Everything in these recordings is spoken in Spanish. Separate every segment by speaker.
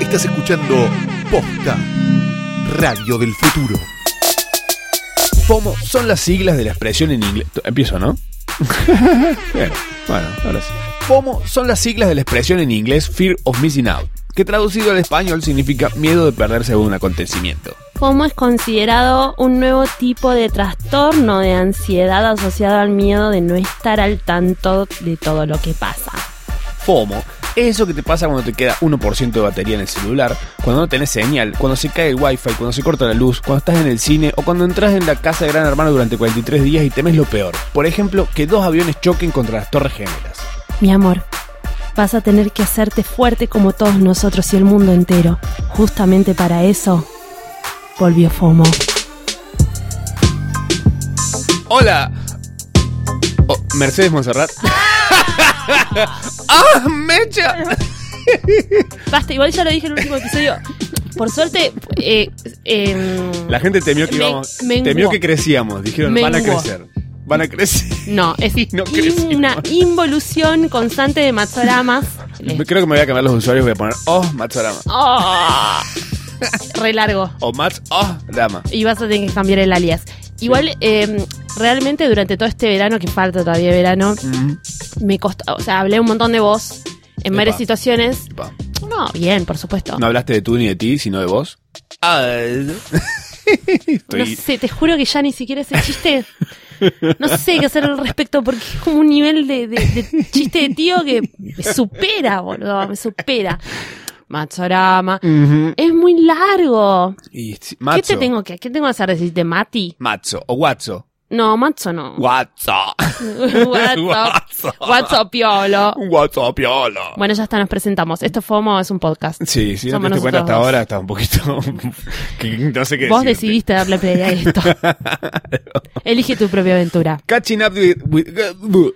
Speaker 1: escuchando Posca, Radio del Futuro.
Speaker 2: FOMO son las siglas de la expresión en inglés. Empiezo, ¿no? Bien, bueno, ahora sí. FOMO son las siglas de la expresión en inglés Fear of Missing Out, que traducido al español significa miedo de perderse de un acontecimiento.
Speaker 3: FOMO es considerado un nuevo tipo de trastorno de ansiedad asociado al miedo de no estar al tanto de todo lo que pasa.
Speaker 2: FOMO es eso que te pasa cuando te queda 1% de batería en el celular, cuando no tenés señal, cuando se cae el wifi, cuando se corta la luz, cuando estás en el cine o cuando entras en la casa de Gran Hermano durante 43 días y temes lo peor. Por ejemplo, que dos aviones choquen contra las torres gemelas.
Speaker 3: Mi amor, vas a tener que hacerte fuerte como todos nosotros y el mundo entero. Justamente para eso, volvió FOMO.
Speaker 2: ¡Hola! Oh, Mercedes Monserrat. ¡Ah, Mecha!
Speaker 3: Basta, igual ya lo dije en el último episodio. Por suerte, eh, eh,
Speaker 2: La gente temió que
Speaker 3: Me-
Speaker 2: íbamos.
Speaker 3: menguó.
Speaker 2: temió que crecíamos. Dijeron, van a
Speaker 3: Menguó.
Speaker 2: crecer. Van a crecer.
Speaker 3: no, es
Speaker 2: Y no crecimos.
Speaker 3: una involución constante de matzoramas. Eh,
Speaker 2: Creo que me voy a cambiar los usuarios. Voy a poner, oh, Matsorama.
Speaker 3: oh,
Speaker 2: Ah.
Speaker 3: re largo.
Speaker 2: O Mats, oh, Dama.
Speaker 3: Y vas a tener que cambiar el alias. Igual, eh, realmente durante todo este verano, que falta todavía verano,
Speaker 2: Mm,
Speaker 3: me costó, o sea, hablé un montón de vos en
Speaker 2: Epa.
Speaker 3: varias situaciones.
Speaker 2: epa.
Speaker 3: No, bien, por supuesto.
Speaker 2: No hablaste de tú ni de ti, sino de vos. Ah,
Speaker 3: No
Speaker 2: Estoy.
Speaker 3: sé, te juro que ya ni siquiera ese chiste. No sé qué hacer al respecto porque es como un nivel de, de- de chiste de tío que me supera, boludo, me supera. Machorama.
Speaker 2: Ujú.
Speaker 3: Es muy largo.
Speaker 2: Y si-
Speaker 3: Eh, ¿Qué
Speaker 2: Matzo.
Speaker 3: te tengo que, qué tengo que hacer? ¿Decirte Mati?
Speaker 2: Matzo. O Watso.
Speaker 3: No, Macho no.
Speaker 2: Watso.
Speaker 3: WhatsApp.
Speaker 2: Watso.
Speaker 3: WhatsApp, piolo.
Speaker 2: Watso, piola.
Speaker 3: Bueno, ya está, nos presentamos. Esto FOMO es un podcast.
Speaker 2: Sí, si no te
Speaker 3: Somos
Speaker 2: diste cuenta
Speaker 3: nosotros
Speaker 2: hasta
Speaker 3: dos.
Speaker 2: ahora, está un poquito. que no sé qué
Speaker 3: Vos
Speaker 2: decirte.
Speaker 3: decidiste darle play a esto. Elige tu propia aventura.
Speaker 2: Catching up with, with-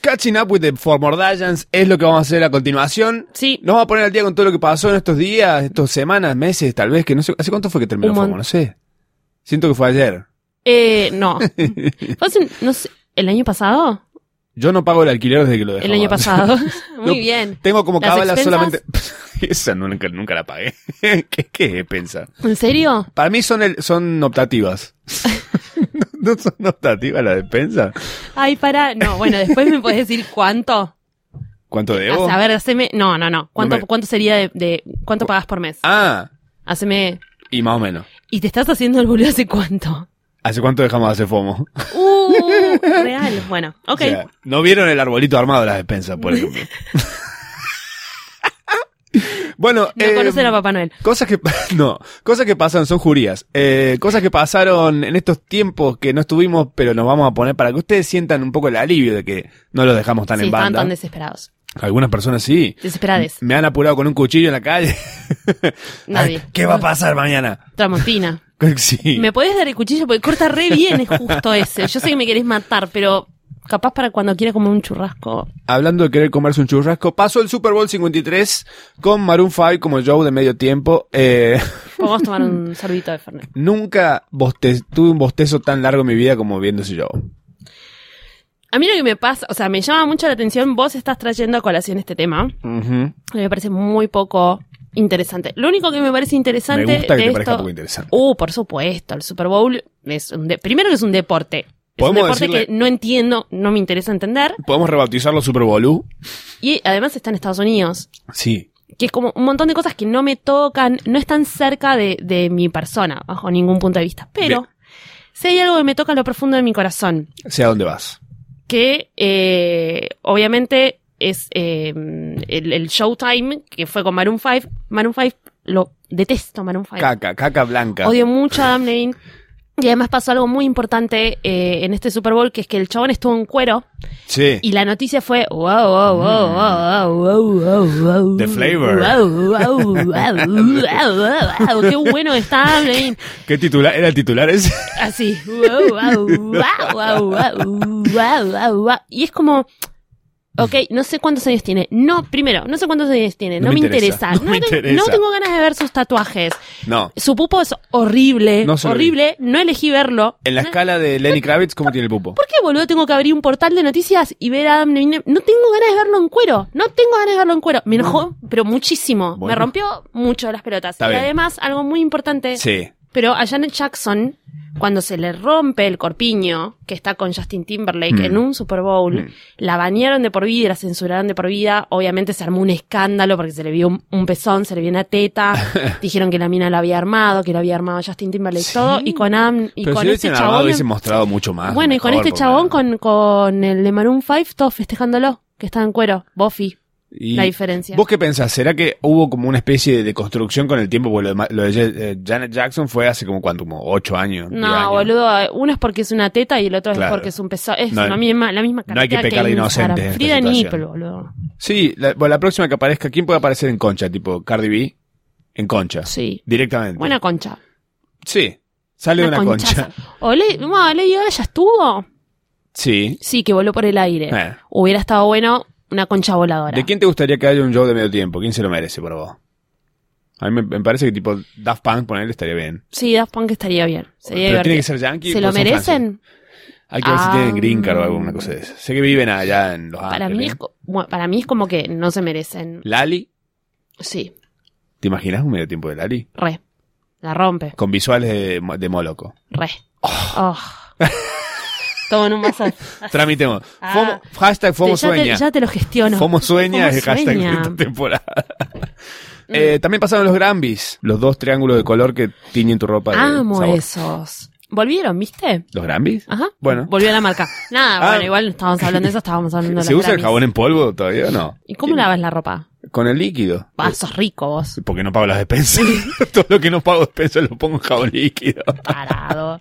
Speaker 2: Catching up with the Formordians es lo que vamos a hacer a continuación.
Speaker 3: Sí.
Speaker 2: Nos vamos a poner al día con todo lo que pasó en estos días, estas semanas, meses, tal vez, que no sé. ¿Hace cuánto fue que terminó
Speaker 3: Un
Speaker 2: Formo?
Speaker 3: mon-
Speaker 2: No sé. Siento que fue ayer.
Speaker 3: Eh, no. Fue hace- no sé, ¿El año pasado?
Speaker 2: Yo no pago el alquiler desde que lo dejé.
Speaker 3: El año pasado. Muy
Speaker 2: No.
Speaker 3: bien.
Speaker 2: Tengo como
Speaker 3: ¿Las
Speaker 2: cábala
Speaker 3: expensas?
Speaker 2: solamente. Esa nunca, nunca la pagué. ¿Qué, qué pensa?
Speaker 3: ¿En serio?
Speaker 2: Para mí son, el- son optativas. ¿No son optativas las despensas?
Speaker 3: Ay, para. No, bueno, después me podés decir cuánto.
Speaker 2: ¿Cuánto debo?
Speaker 3: A ver, haceme. No, no, no. ¿Cuánto,
Speaker 2: No me-
Speaker 3: cuánto sería de, de- ¿Cuánto pagas por mes?
Speaker 2: Ah,
Speaker 3: Haceme.
Speaker 2: y más o menos.
Speaker 3: ¿Y te estás haciendo el boludo hace cuánto?
Speaker 2: ¿Hace cuánto dejamos de hacer FOMO?
Speaker 3: Uh, real. Bueno, ok.
Speaker 2: O sea, no vieron el arbolito armado de las despensas, por ejemplo. bueno,
Speaker 3: no
Speaker 2: eh,
Speaker 3: conocen a Papá Noel.
Speaker 2: cosas que no, cosas que pasan son jurías. Eh, cosas que pasaron en estos tiempos que no estuvimos, pero nos vamos a poner para que ustedes sientan un poco el alivio de que no los dejamos tan
Speaker 3: sí,
Speaker 2: en
Speaker 3: estaban
Speaker 2: banda.
Speaker 3: tan desesperados.
Speaker 2: Algunas personas sí.
Speaker 3: Desesperades.
Speaker 2: Me han apurado con un cuchillo en la calle.
Speaker 3: Nadie.
Speaker 2: Ay, ¿Qué va a pasar mañana?
Speaker 3: Tramontina.
Speaker 2: Sí.
Speaker 3: ¿Me podés dar el cuchillo? Porque corta re bien, es justo ese. Yo sé que me querés matar, pero capaz para cuando quiera comer un churrasco.
Speaker 2: Hablando de querer comerse un churrasco, pasó el Super Bowl 53 con Maroon 5 como show de medio tiempo. Eh,
Speaker 3: Podemos tomar un sorbito de Fernet.
Speaker 2: nunca boste- tuve un bostezo tan largo en mi vida como viendo ese show.
Speaker 3: A mí lo que me pasa, o sea, me llama mucho la atención, vos estás trayendo a colación este tema.
Speaker 2: Ujú.
Speaker 3: A mí Me parece muy poco interesante. Lo único que me parece interesante
Speaker 2: Me gusta que
Speaker 3: de
Speaker 2: te
Speaker 3: esto...
Speaker 2: parezca poco interesante.
Speaker 3: Uh, por supuesto, el Super Bowl es un de- primero que es un deporte. Es un
Speaker 2: Podemos
Speaker 3: deporte
Speaker 2: decirle-
Speaker 3: que no entiendo, no me interesa entender.
Speaker 2: ¿Podemos rebautizarlo Super Bowl?
Speaker 3: Y además está en Estados Unidos.
Speaker 2: Sí.
Speaker 3: que es como un montón de cosas que no me tocan, no están cerca de, de mi persona, bajo ningún punto de vista. Pero
Speaker 2: Bien.
Speaker 3: si hay algo que me toca en lo profundo de mi corazón,
Speaker 2: Sé a dónde vas.
Speaker 3: que eh, obviamente es eh, el, el Showtime, que fue con Maroon 5. Maroon 5, lo detesto, Maroon 5.
Speaker 2: Caca, caca blanca.
Speaker 3: Odio mucho a Adam Levine. Y además pasó algo muy importante eh, en este Super Bowl, que es que el chabón estuvo en cuero
Speaker 2: Sí.
Speaker 3: y la noticia fue wow, wow, wow, wow, wow, wow, wow,
Speaker 2: The flavor.
Speaker 3: Wow, wow, wow, wow, wow, qué bueno está Blaine.
Speaker 2: ¿Qué titular? ¿Era el titular ese?
Speaker 3: Así. Wow, wow, wow, wow, wow, wow, wow, wow. Y es como, Ok, no sé cuántos años tiene. No, primero, no sé cuántos años tiene.
Speaker 2: No
Speaker 3: No,
Speaker 2: me
Speaker 3: me
Speaker 2: interesa,
Speaker 3: interesa.
Speaker 2: no
Speaker 3: No,
Speaker 2: me
Speaker 3: tengo,
Speaker 2: interesa.
Speaker 3: no tengo ganas de ver sus tatuajes.
Speaker 2: No.
Speaker 3: Su pupo es horrible.
Speaker 2: No se lo
Speaker 3: horrible. No elegí verlo.
Speaker 2: En la
Speaker 3: No-
Speaker 2: escala de Lenny Kravitz, ¿cómo tiene el pupo?
Speaker 3: ¿Por qué, boludo, tengo que abrir un portal de noticias y ver a Adam Levine? No tengo ganas de verlo en cuero. No tengo ganas de verlo en cuero. Me enojó, pero muchísimo.
Speaker 2: Bueno.
Speaker 3: Me rompió mucho las pelotas.
Speaker 2: Está
Speaker 3: y
Speaker 2: bien.
Speaker 3: además, algo muy importante.
Speaker 2: Sí.
Speaker 3: Pero a Janet Jackson, cuando se le rompe el corpiño, que está con Justin Timberlake
Speaker 2: Mm.
Speaker 3: en un Super Bowl,
Speaker 2: Mm.
Speaker 3: la bañaron de por vida y la censuraron de por vida. Obviamente se armó un escándalo porque se le vio un, un pezón, se le vio una teta. Dijeron que la mina la había armado, que la había armado Justin Timberlake,
Speaker 2: Sí.
Speaker 3: todo. Y con, Am- y
Speaker 2: Pero
Speaker 3: con
Speaker 2: si lo
Speaker 3: este
Speaker 2: hubiesen armado,
Speaker 3: chabón.
Speaker 2: hubiesen mostrado mucho más.
Speaker 3: bueno, y con
Speaker 2: Ah, mejor,
Speaker 3: este
Speaker 2: por
Speaker 3: chabón,
Speaker 2: lo menos.
Speaker 3: con, con el de Maroon 5, todos festejándolo, que está en cuero. Buffy,
Speaker 2: Y-
Speaker 3: la diferencia.
Speaker 2: ¿Vos qué pensás? ¿Será que hubo como una especie de deconstrucción con el tiempo? Porque lo de, ma- lo de Je- eh, Janet Jackson fue hace como cuánto, como 8 años. 10 años.
Speaker 3: No, boludo, eh, uno es porque es una teta y el otro
Speaker 2: Claro.
Speaker 3: es porque es un peso. Es
Speaker 2: No hay-
Speaker 3: la misma, la misma
Speaker 2: no hay que
Speaker 3: cartera
Speaker 2: pecar de
Speaker 3: Instagram.
Speaker 2: inocentes en esta
Speaker 3: Frida
Speaker 2: situación.
Speaker 3: Nipple, boludo.
Speaker 2: Sí, la, bueno, la próxima que aparezca, ¿quién puede aparecer en concha? Tipo Cardi B, en concha.
Speaker 3: Sí.
Speaker 2: Directamente.
Speaker 3: Buena concha.
Speaker 2: Sí, sale de una concha.
Speaker 3: conchaza. O Le- no, Lady Gaga ya estuvo.
Speaker 2: Sí.
Speaker 3: Sí, que voló por el aire.
Speaker 2: Eh.
Speaker 3: Hubiera estado bueno una concha voladora.
Speaker 2: ¿De quién te gustaría que haya un show de medio tiempo? ¿Quién se lo merece para vos? A mí me, me parece que tipo Daft Punk ponerle estaría bien.
Speaker 3: Sí, Daft Punk estaría bien. Sería
Speaker 2: Pero tiene que
Speaker 3: divertido.
Speaker 2: ser yankee.
Speaker 3: ¿Se lo
Speaker 2: pues son franceses.
Speaker 3: merecen?
Speaker 2: Hay que ver si
Speaker 3: Ah.
Speaker 2: tienen green card o alguna cosa de esas. Sé que viven allá en Los
Speaker 3: Para
Speaker 2: Ángeles.
Speaker 3: mí, es, co- bueno, para mí es como que no se merecen.
Speaker 2: Lali,
Speaker 3: Sí,
Speaker 2: ¿te imaginas un medio tiempo de Lali?
Speaker 3: re. La rompe,
Speaker 2: Con visuales de, de Moloco.
Speaker 3: re. Oh. Todo en un vaso.
Speaker 2: Trámite. mo-
Speaker 3: Ah.
Speaker 2: FOMO- hashtag FOMO
Speaker 3: ya, te,
Speaker 2: sueña.
Speaker 3: ya te lo gestiono.
Speaker 2: FOMO sueña es
Speaker 3: Fomo
Speaker 2: el hashtag de
Speaker 3: sueña. Mm.
Speaker 2: esta temporada. Eh, también pasaron los Grambis, los dos triángulos de color que tiñen tu ropa. de
Speaker 3: Amo
Speaker 2: sabor.
Speaker 3: esos. Volvieron, ¿viste?
Speaker 2: ¿Los Grambis?
Speaker 3: Ajá.
Speaker 2: Bueno.
Speaker 3: Volvió la marca. Nada,
Speaker 2: Ah.
Speaker 3: bueno, igual no estábamos hablando de eso, estábamos hablando de
Speaker 2: ¿Se
Speaker 3: los
Speaker 2: usa el
Speaker 3: Grammys.
Speaker 2: jabón en polvo todavía o no?
Speaker 3: ¿Y cómo lavas la ropa?
Speaker 2: Con el líquido.
Speaker 3: Ah, sos rico vos.
Speaker 2: Porque no pago las despensas. Todo lo que no pago despensas lo pongo en jabón líquido.
Speaker 3: Parado.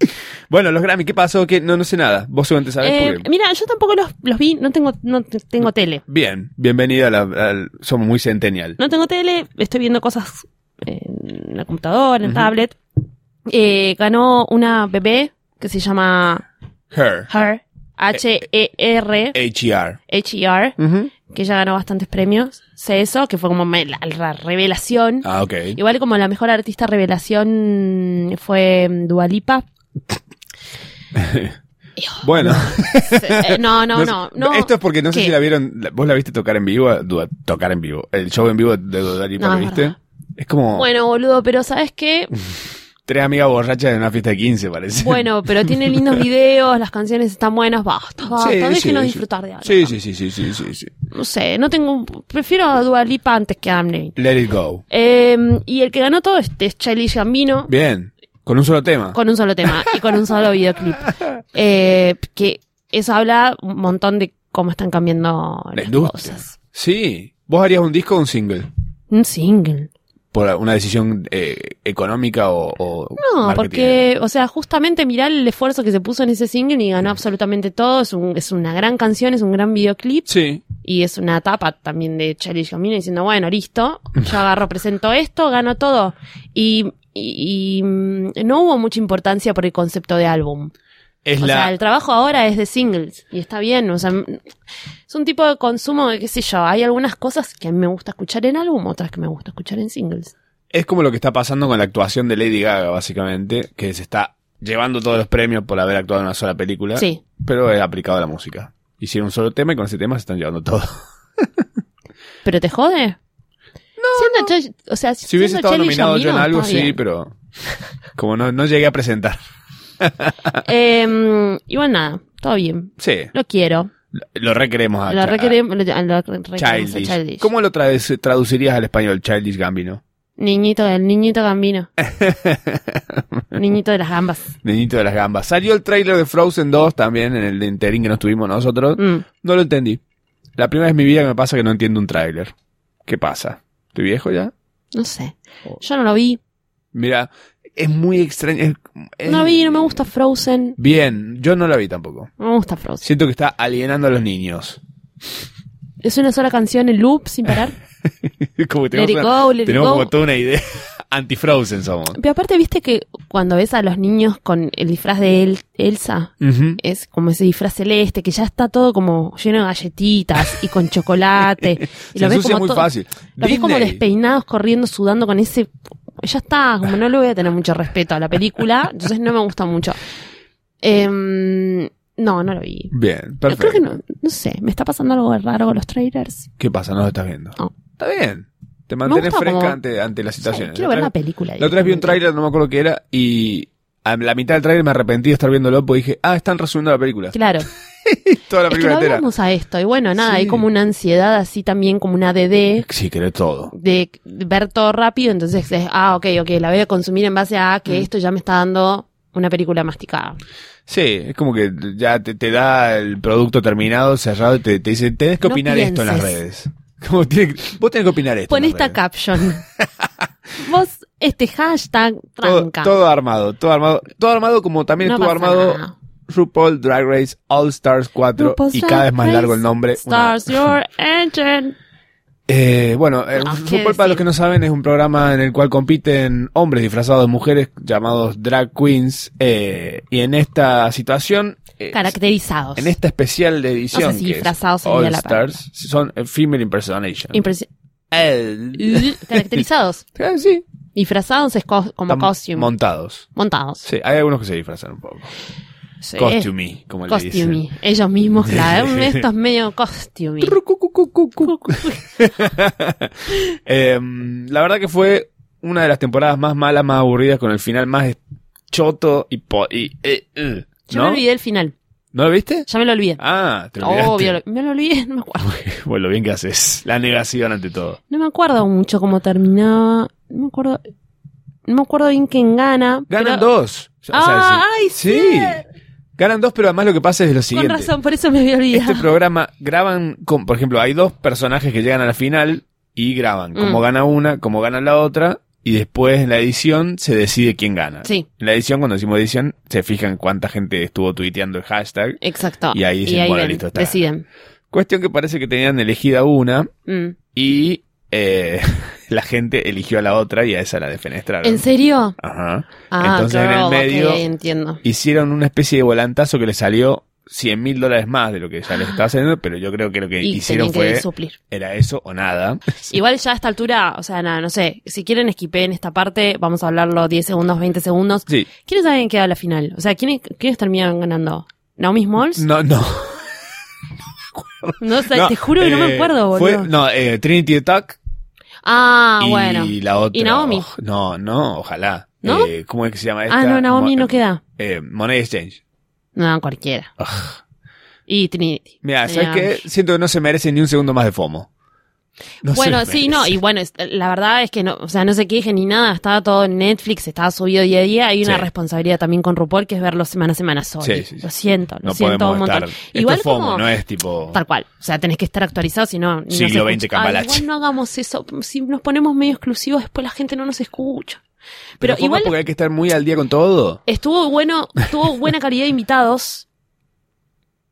Speaker 2: Bueno, los Grammy, ¿qué pasó? ¿Qué? No, no sé nada. Vos seguramente sabés
Speaker 3: Eh,
Speaker 2: porque-
Speaker 3: mira, yo tampoco los, los vi, no tengo, no te- tengo tele.
Speaker 2: Bien, bienvenido a la... al- Somos muy centennial.
Speaker 3: No tengo tele, estoy viendo cosas en la computadora, en tablet. Eh, ganó una bebé que se llama
Speaker 2: Her. E
Speaker 3: Her, E H-E-R,
Speaker 2: H-E-R.
Speaker 3: H-E-R,
Speaker 2: Ujú.
Speaker 3: E que ya ganó bastantes premios. Sé eso, que fue como me- la, la revelación.
Speaker 2: Ah, ok.
Speaker 3: Igual como la mejor artista revelación fue mm, Dualipa.
Speaker 2: Bueno.
Speaker 3: Eh, no, no, no,
Speaker 2: sé-
Speaker 3: no.
Speaker 2: Esto es porque no sé
Speaker 3: ¿Qué?
Speaker 2: si la vieron... la- ¿Vos la viste tocar en vivo? Duda- tocar en vivo. El show en vivo de Dua Lipa,
Speaker 3: No,
Speaker 2: ¿lo
Speaker 3: es
Speaker 2: viste?
Speaker 3: verdad.
Speaker 2: Es como
Speaker 3: Bueno, boludo, pero ¿sabes qué?
Speaker 2: tres amigas borrachas en una fiesta de 15, parece.
Speaker 3: Bueno, pero tiene lindos videos, las canciones están buenas, basta, basta,
Speaker 2: Sí,
Speaker 3: déjenos
Speaker 2: sí,
Speaker 3: disfrutar de algo.
Speaker 2: Sí, sí, sí, sí, sí, sí, sí.
Speaker 3: No sé, no tengo, prefiero a Dua Lipa antes que a Adam Levine.
Speaker 2: Let it go.
Speaker 3: Eh, y el que ganó todo este es Childish Gambino
Speaker 2: Bien. Con un solo tema.
Speaker 3: con un solo tema y con un solo videoclip. Eh, que eso habla un montón de cómo están cambiando
Speaker 2: La
Speaker 3: las
Speaker 2: industria.
Speaker 3: cosas.
Speaker 2: Sí. ¿Vos harías un disco o un single?
Speaker 3: Un single.
Speaker 2: ¿Por una decisión eh, económica o, o
Speaker 3: No,
Speaker 2: marketing?
Speaker 3: porque, o sea, justamente mirá el esfuerzo que se puso en ese single y ganó absolutamente todo. Es, un- es una gran canción, es un gran videoclip
Speaker 2: Sí.
Speaker 3: y es una etapa también de Charlie Gambino diciendo, bueno, listo, yo agarro, presento esto, gano todo. Y, y- y, mm, no hubo mucha importancia por el concepto de álbum.
Speaker 2: Es
Speaker 3: o
Speaker 2: la...
Speaker 3: sea, el trabajo ahora es de singles y está bien. O sea, mm, es un tipo de consumo que, qué sé yo, hay algunas cosas que a mí me gusta escuchar en álbum, otras que me gusta escuchar en singles.
Speaker 2: Es como lo que está pasando con la actuación de Lady Gaga, básicamente, que se está llevando todos los premios por haber actuado en una sola película,
Speaker 3: Sí.
Speaker 2: pero es aplicado a la música. Hicieron un solo tema y con ese tema se están llevando todo.
Speaker 3: ¿Pero te jode? No. o sea,
Speaker 2: Si hubiese
Speaker 3: siendo
Speaker 2: estado
Speaker 3: Charlie
Speaker 2: nominado yo en
Speaker 3: Gambino,
Speaker 2: algo,
Speaker 3: está
Speaker 2: sí,
Speaker 3: bien.
Speaker 2: pero como no, no llegué a presentar.
Speaker 3: Eh, igual nada, todo bien.
Speaker 2: Sí,
Speaker 3: Lo quiero.
Speaker 2: lo requeremos a,
Speaker 3: lo
Speaker 2: Cha-
Speaker 3: requeremos. Lo, lo
Speaker 2: a
Speaker 3: requeremos a
Speaker 2: Ah, Childish.
Speaker 3: Childish.
Speaker 2: ¿Cómo lo traduc- traducirías al español Childish Gambino?
Speaker 3: Niñito, el niñito gambino. niñito de las gambas.
Speaker 2: Niñito de las gambas. Salió el tráiler de Frozen 2 también en el interín que nos tuvimos nosotros.
Speaker 3: Mm.
Speaker 2: No lo entendí. La primera vez en mi vida que me pasa que no entiendo un tráiler. ¿Qué pasa? ¿Estoy viejo ya?
Speaker 3: no sé.
Speaker 2: Oh.
Speaker 3: Yo no lo vi.
Speaker 2: Mira, es muy extraño. es- es-
Speaker 3: No lo vi, no me gusta Frozen.
Speaker 2: Bien, yo no la vi tampoco.
Speaker 3: No me gusta Frozen.
Speaker 2: Siento que está alienando a los niños.
Speaker 3: Es una sola canción en loop sin parar.
Speaker 2: Como que
Speaker 3: Let it
Speaker 2: una-
Speaker 3: go, let it
Speaker 2: tenemos
Speaker 3: go.
Speaker 2: como toda una idea Anti-Frozen somos.
Speaker 3: Pero aparte, viste que cuando ves a los niños con el disfraz de El- Elsa,
Speaker 2: Ujú.
Speaker 3: es como ese disfraz celeste, que ya está todo como lleno de galletitas y con chocolate. y
Speaker 2: Se
Speaker 3: lo ves
Speaker 2: ensucia
Speaker 3: como
Speaker 2: muy
Speaker 3: todo-
Speaker 2: fácil.
Speaker 3: Lo ves como
Speaker 2: Disney.
Speaker 3: despeinados, corriendo, sudando con ese... Ya está, como no le voy a tener mucho respeto a la película, entonces no me gusta mucho. Em, no, no lo vi.
Speaker 2: Bien,
Speaker 3: Pero
Speaker 2: perfecto.
Speaker 3: Creo que no, no sé, me está pasando algo raro con los trailers.
Speaker 2: ¿Qué pasa? No lo estás viendo.
Speaker 3: No.
Speaker 2: Está bien. Te mantienes
Speaker 3: gusta
Speaker 2: fresca
Speaker 3: como-
Speaker 2: ante, ante las
Speaker 3: No sé,
Speaker 2: situaciones.
Speaker 3: quiero
Speaker 2: La
Speaker 3: ver la
Speaker 2: otra vez-
Speaker 3: película.
Speaker 2: la otra vez vi un
Speaker 3: directamente.
Speaker 2: tráiler, no me acuerdo qué era, y a la mitad del tráiler me arrepentí de estar viéndolo porque dije, ah, están resumiendo la película.
Speaker 3: Claro.
Speaker 2: Toda la
Speaker 3: Es que
Speaker 2: película
Speaker 3: no
Speaker 2: entera.
Speaker 3: hablamos a esto. Y bueno, nada,
Speaker 2: Sí.
Speaker 3: hay como una ansiedad así también, como una DD
Speaker 2: Sí, querés todo.
Speaker 3: de ver todo rápido. Entonces es, ah, ok, ok, la voy a consumir en base a que
Speaker 2: Mm.
Speaker 3: esto ya me está dando una película masticada.
Speaker 2: Sí, es como que ya te, te da el producto terminado, cerrado, y te, te dice, tenés que
Speaker 3: No
Speaker 2: opinar esto en las redes. Como tiene que- vos tenés que opinar esto.
Speaker 3: Pon
Speaker 2: en las
Speaker 3: esta
Speaker 2: redes.
Speaker 3: caption. Vos, este hashtag
Speaker 2: Todo,
Speaker 3: tranca.
Speaker 2: todo armado, todo armado. Todo armado como también
Speaker 3: No
Speaker 2: estuvo
Speaker 3: pasa
Speaker 2: armado
Speaker 3: nada.
Speaker 2: RuPaul Drag Race All Stars 4
Speaker 3: RuPaul's
Speaker 2: y cada vez más
Speaker 3: Drag
Speaker 2: largo el
Speaker 3: Race
Speaker 2: nombre. Una-
Speaker 3: Stars, your engine.
Speaker 2: Eh, bueno, eh,
Speaker 3: No,
Speaker 2: RuPaul,
Speaker 3: ¿qué
Speaker 2: para los
Speaker 3: decir?
Speaker 2: que no saben, es un programa en el cual compiten hombres disfrazados de mujeres llamados drag queens. eh, y en esta situación, eh,
Speaker 3: Caracterizados.
Speaker 2: en esta especial de edición,
Speaker 3: No sé si
Speaker 2: que es
Speaker 3: disfrazados sería
Speaker 2: All
Speaker 3: la palabra.
Speaker 2: Stars, son eh, female impersonation.
Speaker 3: Impresi-
Speaker 2: El-
Speaker 3: L- caracterizados.
Speaker 2: Ah, sí,
Speaker 3: Disfrazados es co- como
Speaker 2: están
Speaker 3: costume.
Speaker 2: montados.
Speaker 3: montados.
Speaker 2: Sí, hay algunos que se disfrazan un poco.
Speaker 3: Sí.
Speaker 2: Costume, como le dicen.
Speaker 3: Costume. Ellos mismos, claro. Estos medio costume.
Speaker 2: Eh, la verdad que fue una de las temporadas más malas, más aburridas, con el final más choto y... po- y eh, eh,
Speaker 3: Yo me
Speaker 2: ¿No?
Speaker 3: olvidé el final.
Speaker 2: ¿No lo viste?
Speaker 3: Ya me lo olvidé.
Speaker 2: Ah, te lo olvidaste.
Speaker 3: Obvio, lo- me lo olvidé, no me acuerdo.
Speaker 2: Bueno, lo bien que haces. La negación ante todo.
Speaker 3: No me acuerdo mucho cómo terminaba. No me acuerdo. No me acuerdo bien quién gana.
Speaker 2: Ganan
Speaker 3: pero-
Speaker 2: dos. O sea,
Speaker 3: Ah,
Speaker 2: sí.
Speaker 3: ¡Ay, sí!
Speaker 2: Ganan dos, pero además lo que pasa es lo
Speaker 3: Con
Speaker 2: siguiente.
Speaker 3: razón, por eso me había olvidado.
Speaker 2: Este programa graban, con, por ejemplo, hay dos personajes que llegan a la final y graban cómo
Speaker 3: Mm.
Speaker 2: gana una, cómo gana la otra, y después en la edición se decide quién gana.
Speaker 3: Sí,
Speaker 2: En la edición, cuando decimos edición, se fijan cuánta gente estuvo tuiteando el hashtag.
Speaker 3: exacto.
Speaker 2: Y ahí dicen, bueno,
Speaker 3: ven,
Speaker 2: listo, está.
Speaker 3: deciden.
Speaker 2: Cuestión que parece que tenían elegida una
Speaker 3: Mm.
Speaker 2: y eh, la gente eligió a la otra y a esa la defenestraron.
Speaker 3: ¿En serio?
Speaker 2: Ajá.
Speaker 3: Ah,
Speaker 2: Entonces, en el
Speaker 3: claro, ok,
Speaker 2: medio-
Speaker 3: entiendo.
Speaker 2: Hicieron una especie de volantazo que le salió 100 mil dólares más de lo que ya les estaba haciendo, pero yo creo que lo que
Speaker 3: Y
Speaker 2: hicieron
Speaker 3: tenían
Speaker 2: fue,
Speaker 3: que suplir.
Speaker 2: era eso o nada.
Speaker 3: Igual ya a esta altura, o sea, nada, no sé. Si quieren esquipen esta parte, vamos a hablarlo 10 segundos, 20 segundos.
Speaker 2: Sí.
Speaker 3: ¿Quiénes saben queda a la final? O sea, ¿quiénes, quiénes terminan ganando? ¿Naomi Smalls?
Speaker 2: No, no.
Speaker 3: No, o sea,
Speaker 2: no,
Speaker 3: te juro que no me
Speaker 2: eh,
Speaker 3: acuerdo,
Speaker 2: fue-
Speaker 3: boludo.
Speaker 2: no, eh, Trinity Attack
Speaker 3: Ah,
Speaker 2: y
Speaker 3: bueno.
Speaker 2: la otra.
Speaker 3: ¿Y Naomi?
Speaker 2: oh, no, no, ojalá.
Speaker 3: ¿No?
Speaker 2: Eh, ¿Cómo es que se llama esta?
Speaker 3: Ah, no, Naomi
Speaker 2: Mo-
Speaker 3: no queda.
Speaker 2: eh, Money Exchange.
Speaker 3: No, cualquiera. Y Trinity.
Speaker 2: Mira, ¿sabes
Speaker 3: Tenía-
Speaker 2: qué? Siento que no se merece ni un segundo más de FOMO. No se
Speaker 3: Bueno,
Speaker 2: lo
Speaker 3: sí, no,
Speaker 2: merece.
Speaker 3: y bueno, es- la verdad es que no, o sea, no se quejen ni nada, estaba todo en Netflix, estaba subido día a día, hay una
Speaker 2: Sí.
Speaker 3: responsabilidad también con RuPaul que es verlo semana a semana solo.
Speaker 2: Sí, sí, sí.
Speaker 3: Lo siento, lo
Speaker 2: no
Speaker 3: siento
Speaker 2: podemos
Speaker 3: un montón.
Speaker 2: estar. Igual
Speaker 3: Igual
Speaker 2: Esto es FOMO,
Speaker 3: como-
Speaker 2: no es tipo.
Speaker 3: Tal cual. O sea, tenés que estar actualizado, si no. ni
Speaker 2: Siglo
Speaker 3: nos
Speaker 2: XX
Speaker 3: escucha. Ay,
Speaker 2: cambalache.
Speaker 3: igual no hagamos eso. Si nos ponemos medio exclusivos, después la gente no nos escucha. Pero,
Speaker 2: FOMO
Speaker 3: igual
Speaker 2: es porque hay que estar muy al día con todo.
Speaker 3: estuvo bueno, tuvo buena calidad de invitados.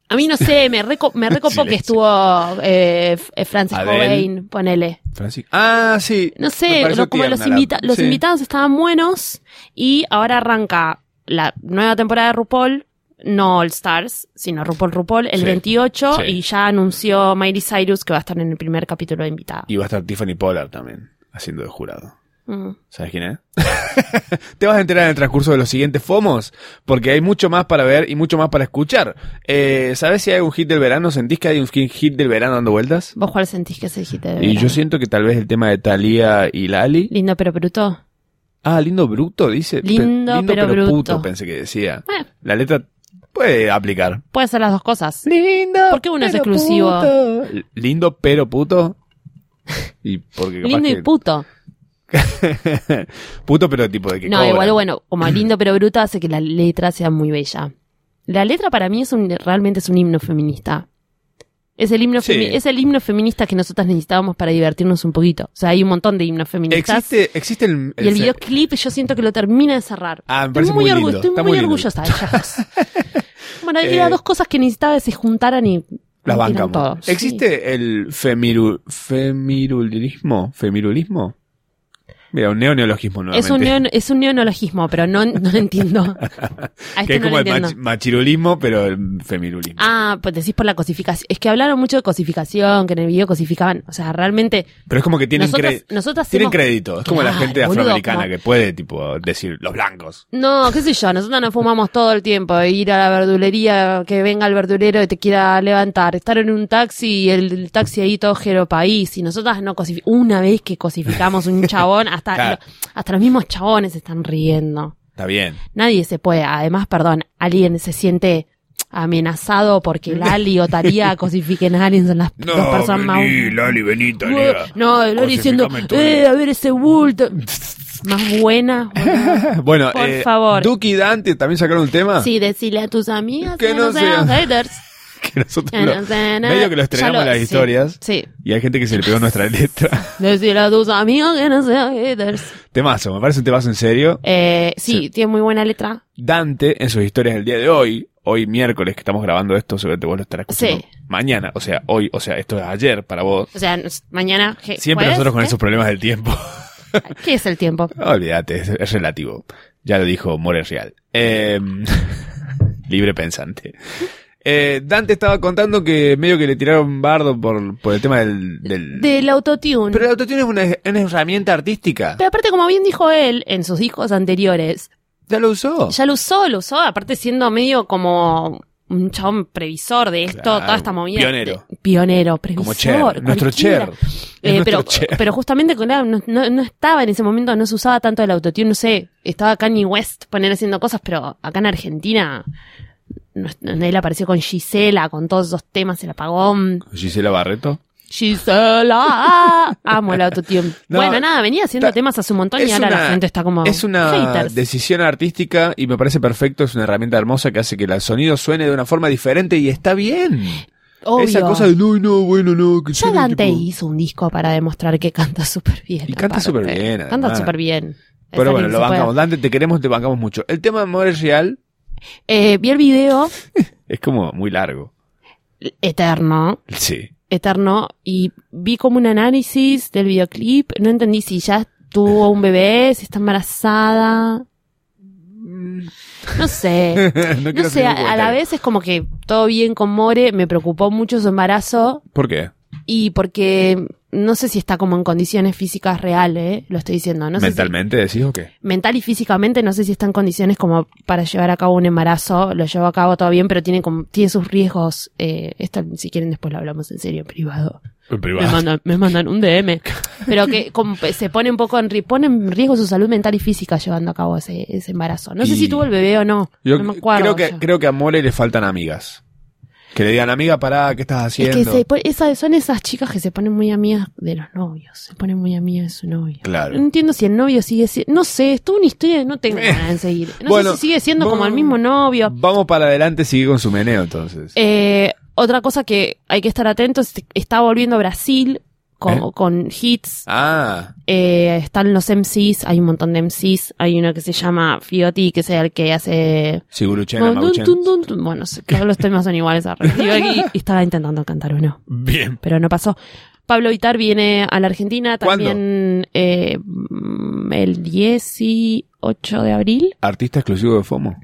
Speaker 3: A mí no sé, me, reco- me recopó que
Speaker 2: Silencio.
Speaker 3: estuvo eh, F- eh, Francis
Speaker 2: Adele.
Speaker 3: Cobain, ponele.
Speaker 2: Francisco. Ah, sí.
Speaker 3: No
Speaker 2: Me
Speaker 3: sé,
Speaker 2: pareció
Speaker 3: lo- como
Speaker 2: tierna
Speaker 3: los,
Speaker 2: la-
Speaker 3: invita- los
Speaker 2: sí.
Speaker 3: invitados estaban buenos y ahora arranca la nueva temporada de RuPaul, no All Stars, sino RuPaul RuPaul el
Speaker 2: Sí,
Speaker 3: 28
Speaker 2: sí.
Speaker 3: y ya anunció Miley Cyrus que va a estar en el primer capítulo de invitada.
Speaker 2: Y va a estar Tiffany Pollard también, haciendo de jurado.
Speaker 3: Mm.
Speaker 2: ¿Sabes quién es? Te vas a enterar en el transcurso de los siguientes FOMOs, porque hay mucho más para ver y mucho más para escuchar. Eh, ¿Sabes si hay un hit del verano? ¿Sentís que hay un hit del verano dando vueltas?
Speaker 3: ¿Vos cuál sentís que se dijiste? de
Speaker 2: Y yo
Speaker 3: verano?
Speaker 2: siento que tal vez el tema de Thalía y Lali.
Speaker 3: Lindo pero bruto.
Speaker 2: Ah, lindo bruto, dice. Pe-
Speaker 3: Lindo pero
Speaker 2: puto,
Speaker 3: bruto. Ah.
Speaker 2: pensé que decía.
Speaker 3: Bueno,
Speaker 2: La letra puede aplicar.
Speaker 3: puede ser las dos cosas.
Speaker 2: Lindo.
Speaker 3: ¿Por qué uno es pero exclusivo?
Speaker 2: puto. Lindo pero puto. Y porque capaz
Speaker 3: Lindo
Speaker 2: que-
Speaker 3: y puto.
Speaker 2: puto pero tipo de que
Speaker 3: No,
Speaker 2: cobra.
Speaker 3: igual bueno, como lindo pero bruto hace que la letra sea muy bella. La letra para mí es un, realmente es un himno feminista. Es el himno,
Speaker 2: Sí.
Speaker 3: femi- es el himno feminista que nosotras necesitábamos para divertirnos un poquito. O sea, hay un montón de himnos feministas.
Speaker 2: Existe, existe el,
Speaker 3: y el
Speaker 2: fe-
Speaker 3: videoclip yo siento que lo termina de cerrar.
Speaker 2: Ah, me parece
Speaker 3: estoy muy,
Speaker 2: muy
Speaker 3: orgu-
Speaker 2: lindo.
Speaker 3: estoy
Speaker 2: Está
Speaker 3: muy
Speaker 2: muy lindo.
Speaker 3: orgullosa de ellas. bueno, había
Speaker 2: Eh,
Speaker 3: dos cosas que necesitaba que se juntaran y
Speaker 2: Las
Speaker 3: tiran
Speaker 2: bancamos.
Speaker 3: todo. Sí.
Speaker 2: ¿Existe el femiru, femirulismo? ¿Femirulismo? Mira, un neoneologismo nuevamente.
Speaker 3: Es un, neo- es un neonologismo, pero no, no lo entiendo. A
Speaker 2: que
Speaker 3: este
Speaker 2: es
Speaker 3: no
Speaker 2: como
Speaker 3: lo
Speaker 2: el
Speaker 3: entiendo.
Speaker 2: mach- machirulismo, pero el femirulismo.
Speaker 3: Ah, pues decís por la cosificación. Es que hablaron mucho de cosificación, que en el video cosificaban. O sea, realmente.
Speaker 2: pero es como que tienen,
Speaker 3: nosotras,
Speaker 2: cre-
Speaker 3: nosotras
Speaker 2: tienen
Speaker 3: hemos-
Speaker 2: crédito. Es como la
Speaker 3: Claro,
Speaker 2: gente
Speaker 3: boludo,
Speaker 2: afroamericana
Speaker 3: como-
Speaker 2: que puede, tipo, decir los blancos.
Speaker 3: No, qué sé yo, nosotros nos fumamos todo el tiempo, ir a la verdulería, que venga el verdulero y te quiera levantar, estar en un taxi y el, el taxi ahí todo jero país, y nosotras no cosificamos, una vez que cosificamos un chabón, hasta,
Speaker 2: Claro.
Speaker 3: lo- hasta los mismos chabones se están riendo.
Speaker 2: Está bien.
Speaker 3: Nadie se puede, además, perdón, alguien se siente amenazado porque Lali o Taría cosifiquen a alguien, son las dos personas más...
Speaker 2: Lali, vení,
Speaker 3: Ué, No, Lali diciendo,
Speaker 2: Cosificame todo.
Speaker 3: eh, a ver ese bulto. Más buena. boludo.
Speaker 2: Bueno,
Speaker 3: Por
Speaker 2: eh,
Speaker 3: favor.
Speaker 2: Duki y Dante también sacaron un tema
Speaker 3: Sí, decirle a tus amigas
Speaker 2: Que
Speaker 3: que,
Speaker 2: no
Speaker 3: no sean
Speaker 2: sean.
Speaker 3: haters.
Speaker 2: que nosotros
Speaker 3: Que
Speaker 2: lo-
Speaker 3: no sean-
Speaker 2: medio que lo
Speaker 3: Ya
Speaker 2: estrenamos en las
Speaker 3: sí,
Speaker 2: historias
Speaker 3: Sí.
Speaker 2: y hay gente que se le pegó nuestra letra.
Speaker 3: Decirle a tus amigos que no sean haters.
Speaker 2: Temazo, me parece un temazo en serio.
Speaker 3: Eh, sí,
Speaker 2: Sí.
Speaker 3: tiene muy buena letra.
Speaker 2: Dante en sus historias del día de hoy, hoy miércoles que estamos grabando esto, seguramente vos lo estarás escuchando
Speaker 3: Sí.
Speaker 2: mañana, o sea, hoy, o sea, esto es ayer para vos.
Speaker 3: O sea, nos- mañana. je-
Speaker 2: Siempre
Speaker 3: ¿jueves?
Speaker 2: nosotros con
Speaker 3: ¿Eh?
Speaker 2: esos problemas del tiempo.
Speaker 3: ¿Qué es el tiempo?
Speaker 2: Olvídate, es, es relativo. Ya lo dijo More Real. Eh, libre pensante. Eh, Dante estaba contando que medio que le tiraron bardo por, por el tema del... del-
Speaker 3: Del autotune.
Speaker 2: Mm. Pero
Speaker 3: Pero,
Speaker 2: el autotune es una, es una herramienta artística.
Speaker 3: aparte, como bien dijo él en sus discos anteriores,
Speaker 2: Ya lo usó.
Speaker 3: ya lo usó, lo usó, aparte siendo medio como un chabón previsor de esto,
Speaker 2: Claro,
Speaker 3: toda esta movida.
Speaker 2: pionero.
Speaker 3: De- Pionero, previsor.
Speaker 2: Como Cher. Nuestro
Speaker 3: cualquiera.
Speaker 2: Cher.
Speaker 3: Eh,
Speaker 2: Es
Speaker 3: pero,
Speaker 2: nuestro Cher.
Speaker 3: pero justamente con la- no, no- no estaba en ese momento, no se usaba tanto el autotune, no sé, estaba Kanye West poner haciendo cosas, pero acá en Argentina no- no- él apareció con Gisela, con todos esos temas, el apagón.
Speaker 2: Gisela Barreto.
Speaker 3: Gisela, amo el autotune.
Speaker 2: No,
Speaker 3: bueno, nada, venía haciendo
Speaker 2: ta-
Speaker 3: temas hace un montón y
Speaker 2: es
Speaker 3: ahora
Speaker 2: una-
Speaker 3: la gente está como
Speaker 2: Es una
Speaker 3: haters.
Speaker 2: decisión artística y me parece perfecto. Es una herramienta hermosa que hace que el sonido suene de una forma diferente y está bien.
Speaker 3: Obvio.
Speaker 2: Esa cosa de no, no, bueno, no. Que
Speaker 3: ya
Speaker 2: suene
Speaker 3: Dante
Speaker 2: tipo-
Speaker 3: hizo un disco para demostrar que canta súper bien.
Speaker 2: Y canta
Speaker 3: aparte.
Speaker 2: superbién,
Speaker 3: Canta
Speaker 2: además.
Speaker 3: súper bien.
Speaker 2: Pero
Speaker 3: Es
Speaker 2: bueno,
Speaker 3: alguien que
Speaker 2: lo
Speaker 3: se puede-
Speaker 2: bancamos. Dante, te queremos, te bancamos mucho. El tema de More Real
Speaker 3: Eh, vi el video,
Speaker 2: es como muy largo.
Speaker 3: eterno.
Speaker 2: Sí.
Speaker 3: eterno y vi como un análisis del videoclip. No entendí si ya tuvo un bebé, si está embarazada. No sé.
Speaker 2: Mm. no
Speaker 3: No
Speaker 2: quiero hacer
Speaker 3: sé, a,
Speaker 2: un
Speaker 3: a la
Speaker 2: comentario.
Speaker 3: vez es como que todo bien con More, me preocupó mucho su embarazo
Speaker 2: ¿Por qué?
Speaker 3: y porque no sé si está como en condiciones físicas reales, eh, lo estoy diciendo, no sé si-
Speaker 2: ¿Mentalmente decís o qué?
Speaker 3: mental y físicamente no sé si está en condiciones como para llevar a cabo un embarazo, lo llevó a cabo todo bien, pero tiene como, tiene sus riesgos, eh, esto si quieren después lo hablamos en serio en privado.
Speaker 2: En
Speaker 3: Me mandan, me mandan un DM. Pero que como pe- se pone un poco en, ri- pone en riesgo su salud mental y física llevando a cabo ese, ese embarazo. No sé
Speaker 2: Y-
Speaker 3: si tuvo el bebé o no.
Speaker 2: Yo
Speaker 3: no me acuerdo.
Speaker 2: creo, que,
Speaker 3: ya.
Speaker 2: creo que a More le faltan amigas. Que le digan, amiga, pará, ¿qué estás
Speaker 3: es
Speaker 2: haciendo?
Speaker 3: que se pone- esa- son esas chicas que se ponen muy amigas de los novios. Se ponen muy amigas de su novio.
Speaker 2: Claro.
Speaker 3: No entiendo si el novio sigue siendo. No sé, es toda una historia que no tengo
Speaker 2: Eh,
Speaker 3: ganas de seguir. No
Speaker 2: bueno,
Speaker 3: sé si sigue siendo como el mismo novio.
Speaker 2: Vamos para adelante, sigue con su meneo entonces.
Speaker 3: Eh, otra cosa que hay que estar atentos: está volviendo a Brasil con,
Speaker 2: ¿Eh?
Speaker 3: con hits.
Speaker 2: ah,
Speaker 3: Eh, están los MCs, hay un montón de MCs. Hay uno que se llama Fiotti, que es el que hace.
Speaker 2: Siguruchena,
Speaker 3: Bueno,
Speaker 2: Maguchen.
Speaker 3: tun, tun, tun. Bueno, sí, todos los temas son iguales. arre. Yo aquí estaba intentando cantar uno,
Speaker 2: Bien.
Speaker 3: pero no pasó. Pablo Vitar viene a la Argentina
Speaker 2: ¿Cuándo?
Speaker 3: también eh, mm, el 18 de abril.
Speaker 2: Artista exclusivo de FOMO.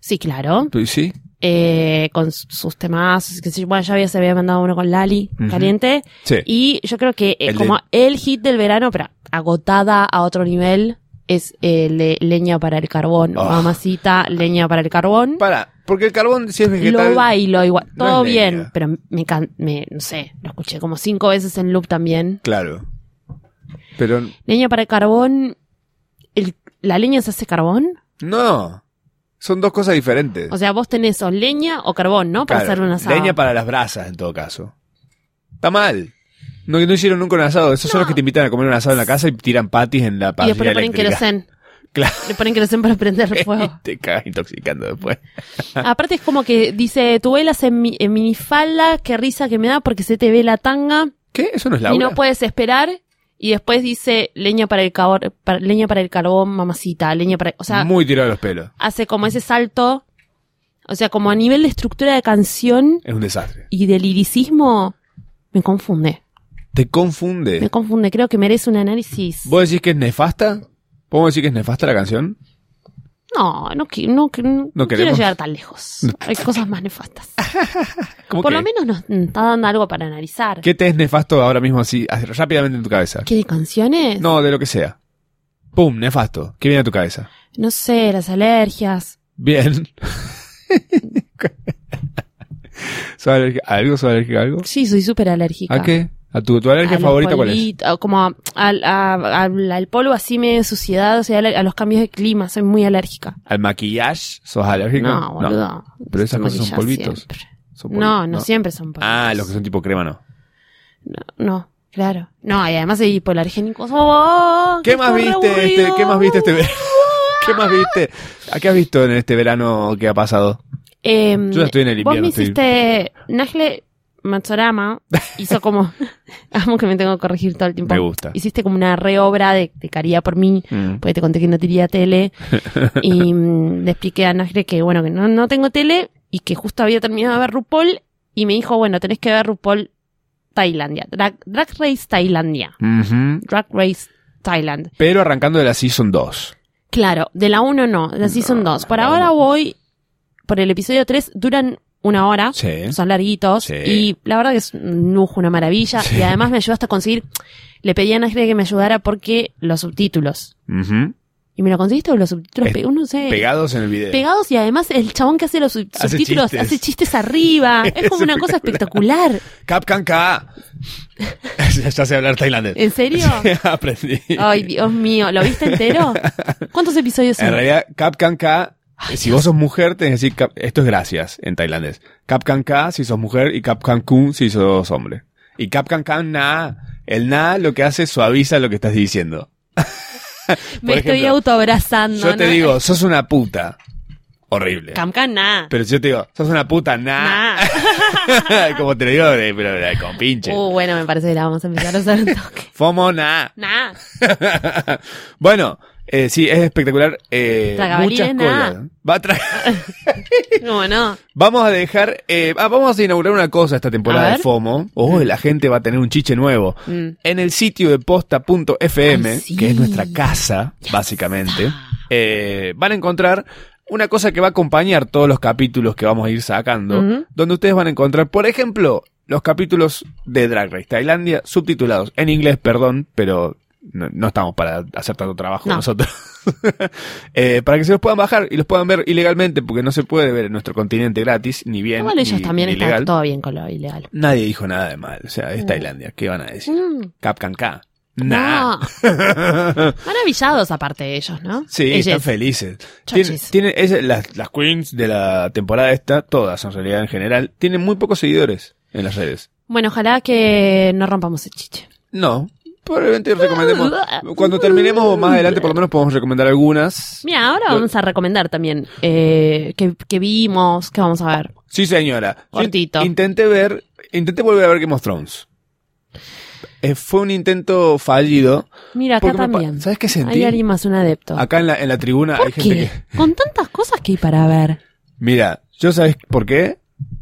Speaker 3: Sí, claro.
Speaker 2: Pues Sí.
Speaker 3: Eh, con su- sus temas. que sí, Bueno, ya había, se había mandado uno con Lali,
Speaker 2: Ujú.
Speaker 3: caliente.
Speaker 2: Sí.
Speaker 3: Y yo creo que eh,
Speaker 2: El de-
Speaker 3: como el hit del verano, pero agotada a otro nivel, es eh, le- leña para el carbón.
Speaker 2: Oh.
Speaker 3: Mamacita, leña para el carbón.
Speaker 2: Para, porque el carbón, si es vegetal.
Speaker 3: Lo bailo igual,
Speaker 2: No
Speaker 3: todo
Speaker 2: es
Speaker 3: bien,
Speaker 2: leña.
Speaker 3: pero me, can- me, no sé, lo escuché como cinco veces en loop también.
Speaker 2: Claro. Pero
Speaker 3: Leña para el carbón, el- ¿la leña se hace carbón?
Speaker 2: no. Son dos cosas diferentes.
Speaker 3: O sea, vos tenés o leña o carbón, ¿no? Para
Speaker 2: Claro,
Speaker 3: hacer un asado.
Speaker 2: Leña para las brasas, en todo caso. Está mal. No, no hicieron nunca un asado. Esos son
Speaker 3: No.
Speaker 2: los que te invitan a comer un asado en la casa y tiran patis en la
Speaker 3: y
Speaker 2: parrilla
Speaker 3: después le ponen
Speaker 2: eléctrica.
Speaker 3: querosén,
Speaker 2: Claro.
Speaker 3: le ponen querosén para prender el fuego.
Speaker 2: Te cagas intoxicando después.
Speaker 3: Aparte es como que dice, tu velas en, mi, en minifalda, qué risa que me da porque se te ve la tanga
Speaker 2: ¿Qué? Eso no es
Speaker 3: y
Speaker 2: Laura.
Speaker 3: no puedes esperar. Y después dice, leña para el, cabor- para- leña para el carbón, mamacita, leña para... O sea,
Speaker 2: Muy tirado de los pelos.
Speaker 3: hace como ese salto, o sea, como a nivel de estructura de canción
Speaker 2: Es un desastre.
Speaker 3: y de liricismo, me confunde.
Speaker 2: Te confunde.
Speaker 3: Me confunde, creo que merece un análisis.
Speaker 2: ¿Vos decís que es nefasta? ¿Podemos decir que es nefasta la canción?
Speaker 3: No, no, qui- no, qui- no quiero
Speaker 2: queremos.
Speaker 3: llegar tan lejos. Hay cosas más nefastas.
Speaker 2: ¿Cómo
Speaker 3: Por
Speaker 2: que-
Speaker 3: lo menos nos está dando algo para analizar.
Speaker 2: ¿Qué te es nefasto ahora mismo así, así rápidamente en tu cabeza?
Speaker 3: ¿Qué de canciones?
Speaker 2: No, de lo que sea. Pum, nefasto. ¿Qué viene a tu cabeza?
Speaker 3: No sé, las alergias.
Speaker 2: Bien. ¿Sos alérgica a algo? ¿Sos alérgica a algo?
Speaker 3: Sí, soy súper alérgica.
Speaker 2: ¿A qué? ¿A tu, tu
Speaker 3: A
Speaker 2: alergia
Speaker 3: los
Speaker 2: favorita cuál es?
Speaker 3: polvitos, Como a- al a- al- al polvo así medio de suciedad, o sea, ale- a los cambios de clima, soy muy alérgica.
Speaker 2: ¿Al maquillaje? ¿Sos alérgica?
Speaker 3: No, boludo.
Speaker 2: pero esas cosas son
Speaker 3: Maquillar
Speaker 2: polvitos.
Speaker 3: siempre.
Speaker 2: Son polvi-
Speaker 3: No, no, siempre son polvitos.
Speaker 2: Ah, los que son tipo crema no.
Speaker 3: No, no, claro. No, y además soy hipoalergénico. ¡Oh,
Speaker 2: ¿Qué más
Speaker 3: re
Speaker 2: viste este,
Speaker 3: aburrido!
Speaker 2: ¿Qué más viste este verano? ¿Qué más viste? ¿A qué has visto en este verano que ha pasado?
Speaker 3: Eh,
Speaker 2: Yo ya estoy en el
Speaker 3: Vos
Speaker 2: invierno.
Speaker 3: me
Speaker 2: estoy-
Speaker 3: hiciste... Najle Matsorama hizo como... Amo que me tengo que corregir todo el tiempo.
Speaker 2: Me gusta.
Speaker 3: Hiciste como una reobra de, de Caría por mí.
Speaker 2: Mm.
Speaker 3: porque te conté que no tenía tele y mm, le expliqué a Najre que bueno que no, no tengo tele y que justo había terminado de ver RuPaul y me dijo bueno tenés que ver RuPaul Tailandia Drag, Drag Race Tailandia
Speaker 2: Ujú.
Speaker 3: Drag Race Thailand
Speaker 2: Pero arrancando de la Season 2.
Speaker 3: claro de la 1 no de la Season 2 por
Speaker 2: la
Speaker 3: ahora
Speaker 2: uno.
Speaker 3: voy por el episodio 3 duran una hora
Speaker 2: Sí.
Speaker 3: son larguitos
Speaker 2: Sí.
Speaker 3: y la verdad que es un lujo, una maravilla
Speaker 2: Sí.
Speaker 3: y además me ayudó hasta a conseguir le pedí a Najre que me ayudara porque los subtítulos
Speaker 2: Ujú.
Speaker 3: y me lo conseguiste o los subtítulos
Speaker 2: Es-
Speaker 3: pe- uno sé
Speaker 2: Pegados en el video.
Speaker 3: pegados y además el chabón que hace los sub-
Speaker 2: Hace
Speaker 3: subtítulos
Speaker 2: chistes.
Speaker 3: hace chistes arriba. Es
Speaker 2: Es
Speaker 3: como una cosa espectacular.
Speaker 2: Capcan K. ya, ya sé hablar tailandés.
Speaker 3: ¿En serio?
Speaker 2: Aprendí.
Speaker 3: Ay, Dios mío, ¿lo viste entero? ¿Cuántos episodios son?
Speaker 2: En realidad, Capcan K. Si vos sos mujer, tenés que decir cap- esto es gracias en tailandés. Capcan K si sos mujer y Capcan Kun si sos hombre. Y Capcan K na. El na lo que hace es suaviza lo que estás diciendo.
Speaker 3: Me
Speaker 2: por
Speaker 3: estoy
Speaker 2: ejemplo,
Speaker 3: autoabrazando.
Speaker 2: yo te
Speaker 3: ¿no?
Speaker 2: digo, sos una puta. Horrible.
Speaker 3: Camcan, nah.
Speaker 2: Pero ah, si yo te digo, sos una puta na.
Speaker 3: Nah.
Speaker 2: Como te lo digo, de- pero de con pinche.
Speaker 3: Uh, bueno, me parece que la vamos a empezar a usar un toque.
Speaker 2: Fomo na.
Speaker 3: Nah.
Speaker 2: bueno, eh, sí, es espectacular. eh,
Speaker 3: Tragabalíes,
Speaker 2: muchas
Speaker 3: nada.
Speaker 2: cosas. Va a tra-
Speaker 3: No, no.
Speaker 2: vamos a dejar. eh, ah, vamos a inaugurar una cosa esta
Speaker 3: A
Speaker 2: temporada de
Speaker 3: ver.
Speaker 2: FOMO. Oh, la gente va a tener un chiche nuevo.
Speaker 3: Mm.
Speaker 2: En el sitio de posta.fm,
Speaker 3: Ay, sí.
Speaker 2: que es nuestra casa, básicamente, eh, van a encontrar una cosa que va a acompañar todos los capítulos que vamos a ir sacando,
Speaker 3: Ujú.
Speaker 2: donde ustedes van a encontrar, por ejemplo, los capítulos de Drag Race Tailandia subtitulados en inglés, perdón, pero no, no estamos para hacer tanto trabajo
Speaker 3: No.
Speaker 2: nosotros. Eh, para que se los puedan bajar y los puedan ver ilegalmente, porque no se puede ver en nuestro continente gratis, ni bien.
Speaker 3: Igual ellos
Speaker 2: ni-
Speaker 3: también
Speaker 2: ni
Speaker 3: están
Speaker 2: legal.
Speaker 3: todo bien con lo ilegal.
Speaker 2: Nadie dijo nada de mal, o sea, es
Speaker 3: Mm.
Speaker 2: Tailandia, ¿qué van a decir?
Speaker 3: Mm.
Speaker 2: Capcan K.
Speaker 3: No.
Speaker 2: Nah.
Speaker 3: Maravillados aparte de ellos, ¿no?
Speaker 2: sí,
Speaker 3: Ellos.
Speaker 2: están felices.
Speaker 3: Chochis.
Speaker 2: Tiene, tiene- es- las, las queens de la temporada esta, todas en realidad en general, tienen muy pocos seguidores en las redes.
Speaker 3: Bueno, ojalá que no rompamos el chiche.
Speaker 2: No. Probablemente recomendemos. Cuando terminemos más adelante, por lo menos podemos recomendar algunas.
Speaker 3: Mira, ahora
Speaker 2: Lo-
Speaker 3: vamos a recomendar también eh, que, que vimos, que vamos a ver.
Speaker 2: Sí, señora. Yo
Speaker 3: Cortito.
Speaker 2: Intenté ver, intenté volver a ver Game of Thrones. Eh, fue un intento fallido.
Speaker 3: Mira, acá
Speaker 2: porque me pa-
Speaker 3: también.
Speaker 2: ¿Sabes qué sentí?
Speaker 3: Hay alguien más, un adepto.
Speaker 2: Acá en la, en la tribuna hay
Speaker 3: ¿Por
Speaker 2: gente que.
Speaker 3: qué? Con tantas cosas que hay para ver.
Speaker 2: Mira, ¿yo sabes por qué?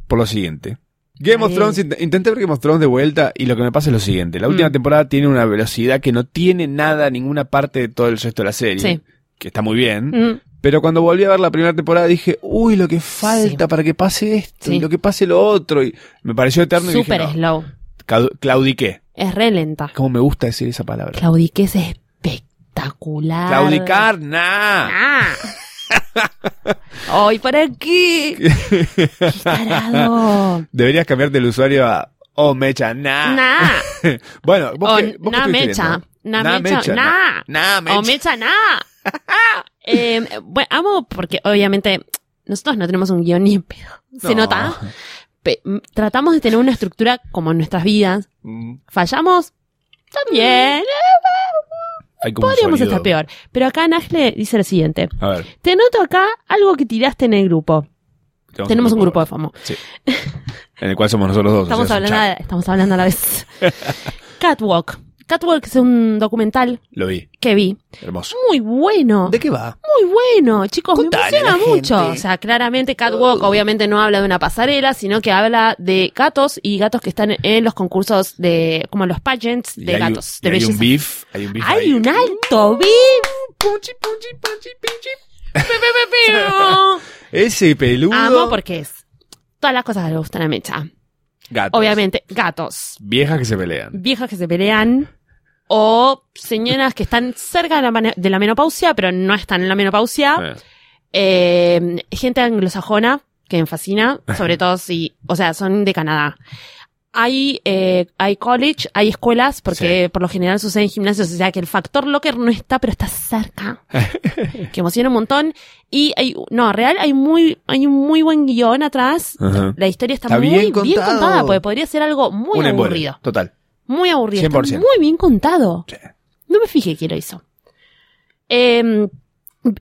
Speaker 2: Por lo siguiente. Game of
Speaker 3: Ay.
Speaker 2: Thrones, int- intenté ver Game of Thrones de vuelta y lo que me pasa es lo siguiente. La última
Speaker 3: Mm.
Speaker 2: temporada tiene una velocidad que no tiene nada, ninguna parte de todo el resto de la serie.
Speaker 3: Sí.
Speaker 2: Que está muy bien.
Speaker 3: Mm,
Speaker 2: Pero cuando volví a ver la primera temporada dije, uy, lo que falta para que pase esto
Speaker 3: Sí.
Speaker 2: y lo que pase lo otro. Y me pareció eterno
Speaker 3: Súper
Speaker 2: y dije, no,
Speaker 3: slow.
Speaker 2: cau- claudiqué.
Speaker 3: Es re lenta.
Speaker 2: Como me gusta decir esa palabra.
Speaker 3: Claudique es espectacular.
Speaker 2: Claudicar, nah.
Speaker 3: Ah. Ay, ¿para qué? Qué tarado.
Speaker 2: Deberías cambiarte el usuario a, oh, mecha, nah.
Speaker 3: Nah.
Speaker 2: Bueno, vos
Speaker 3: O
Speaker 2: qué- vos qué
Speaker 3: na
Speaker 2: estuviste
Speaker 3: mecha, Oh,
Speaker 2: viendo?
Speaker 3: na mecha, na.
Speaker 2: na mecha.
Speaker 3: O mecha nada. Eh, bueno, amo porque obviamente nosotros no tenemos un guión ni en pedo. Se
Speaker 2: No.
Speaker 3: nota. Pe- m- tratamos de tener una estructura como en nuestras vidas.
Speaker 2: Mm,
Speaker 3: Fallamos también.
Speaker 2: Hay como un
Speaker 3: Podríamos
Speaker 2: sonido.
Speaker 3: estar peor. Pero acá Najle dice lo siguiente.
Speaker 2: A ver.
Speaker 3: Te noto acá algo que tiraste en el grupo. Tenemos un grupo de FOMO.
Speaker 2: Sí. En el cual somos nosotros dos. o
Speaker 3: Estamos
Speaker 2: sea, es un
Speaker 3: hablando, a- estamos hablando a la vez. Catwalk. Catwalk es un documental
Speaker 2: Lo vi.
Speaker 3: que vi.
Speaker 2: Hermoso.
Speaker 3: Muy bueno.
Speaker 2: ¿De qué va?
Speaker 3: Muy bueno, chicos,
Speaker 2: Contale a Uh.
Speaker 1: la
Speaker 3: me emociona
Speaker 1: gente.
Speaker 3: mucho. O sea, claramente Catwalk obviamente no habla de una pasarela, sino que habla de gatos y gatos que están en los concursos de, como los pageants
Speaker 2: Y
Speaker 3: de
Speaker 2: hay un-
Speaker 3: gatos,
Speaker 2: y
Speaker 3: de
Speaker 2: hay un
Speaker 3: belleza.
Speaker 2: beef. Hay un beef.
Speaker 3: Hay
Speaker 2: ahí. Uh,
Speaker 3: un alto beef.
Speaker 2: Puchi, puchi, puchi, puchi. Ese peludo.
Speaker 3: Amo porque es todas las cosas que le gustan a Mecha.
Speaker 2: Gatos.
Speaker 3: Obviamente, gatos,
Speaker 2: Viejas que se pelean.
Speaker 3: viejas que se pelean o señoras que están cerca de la, mane- de la menopausia, pero no están en la menopausia.
Speaker 2: Eh.
Speaker 3: Eh, gente anglosajona que me fascina, sobre todo si, o sea, son de Canadá. Hay, eh, hay college, hay escuelas, porque por lo general sucede en gimnasios, o sea que el factor locker no está, pero está cerca. que emociona un montón. Y hay, no, real, hay muy, hay un muy buen guión atrás.
Speaker 2: Ajá.
Speaker 3: La historia está,
Speaker 2: Está
Speaker 3: muy
Speaker 2: bien
Speaker 3: bien,
Speaker 1: contado.
Speaker 3: contada, porque podría ser algo muy
Speaker 2: Un embole.
Speaker 3: aburrido.
Speaker 2: Total.
Speaker 3: Muy aburrido. está
Speaker 2: 100%.
Speaker 3: muy bien contado.
Speaker 2: Sí.
Speaker 3: No me fijé quién lo hizo. Eh,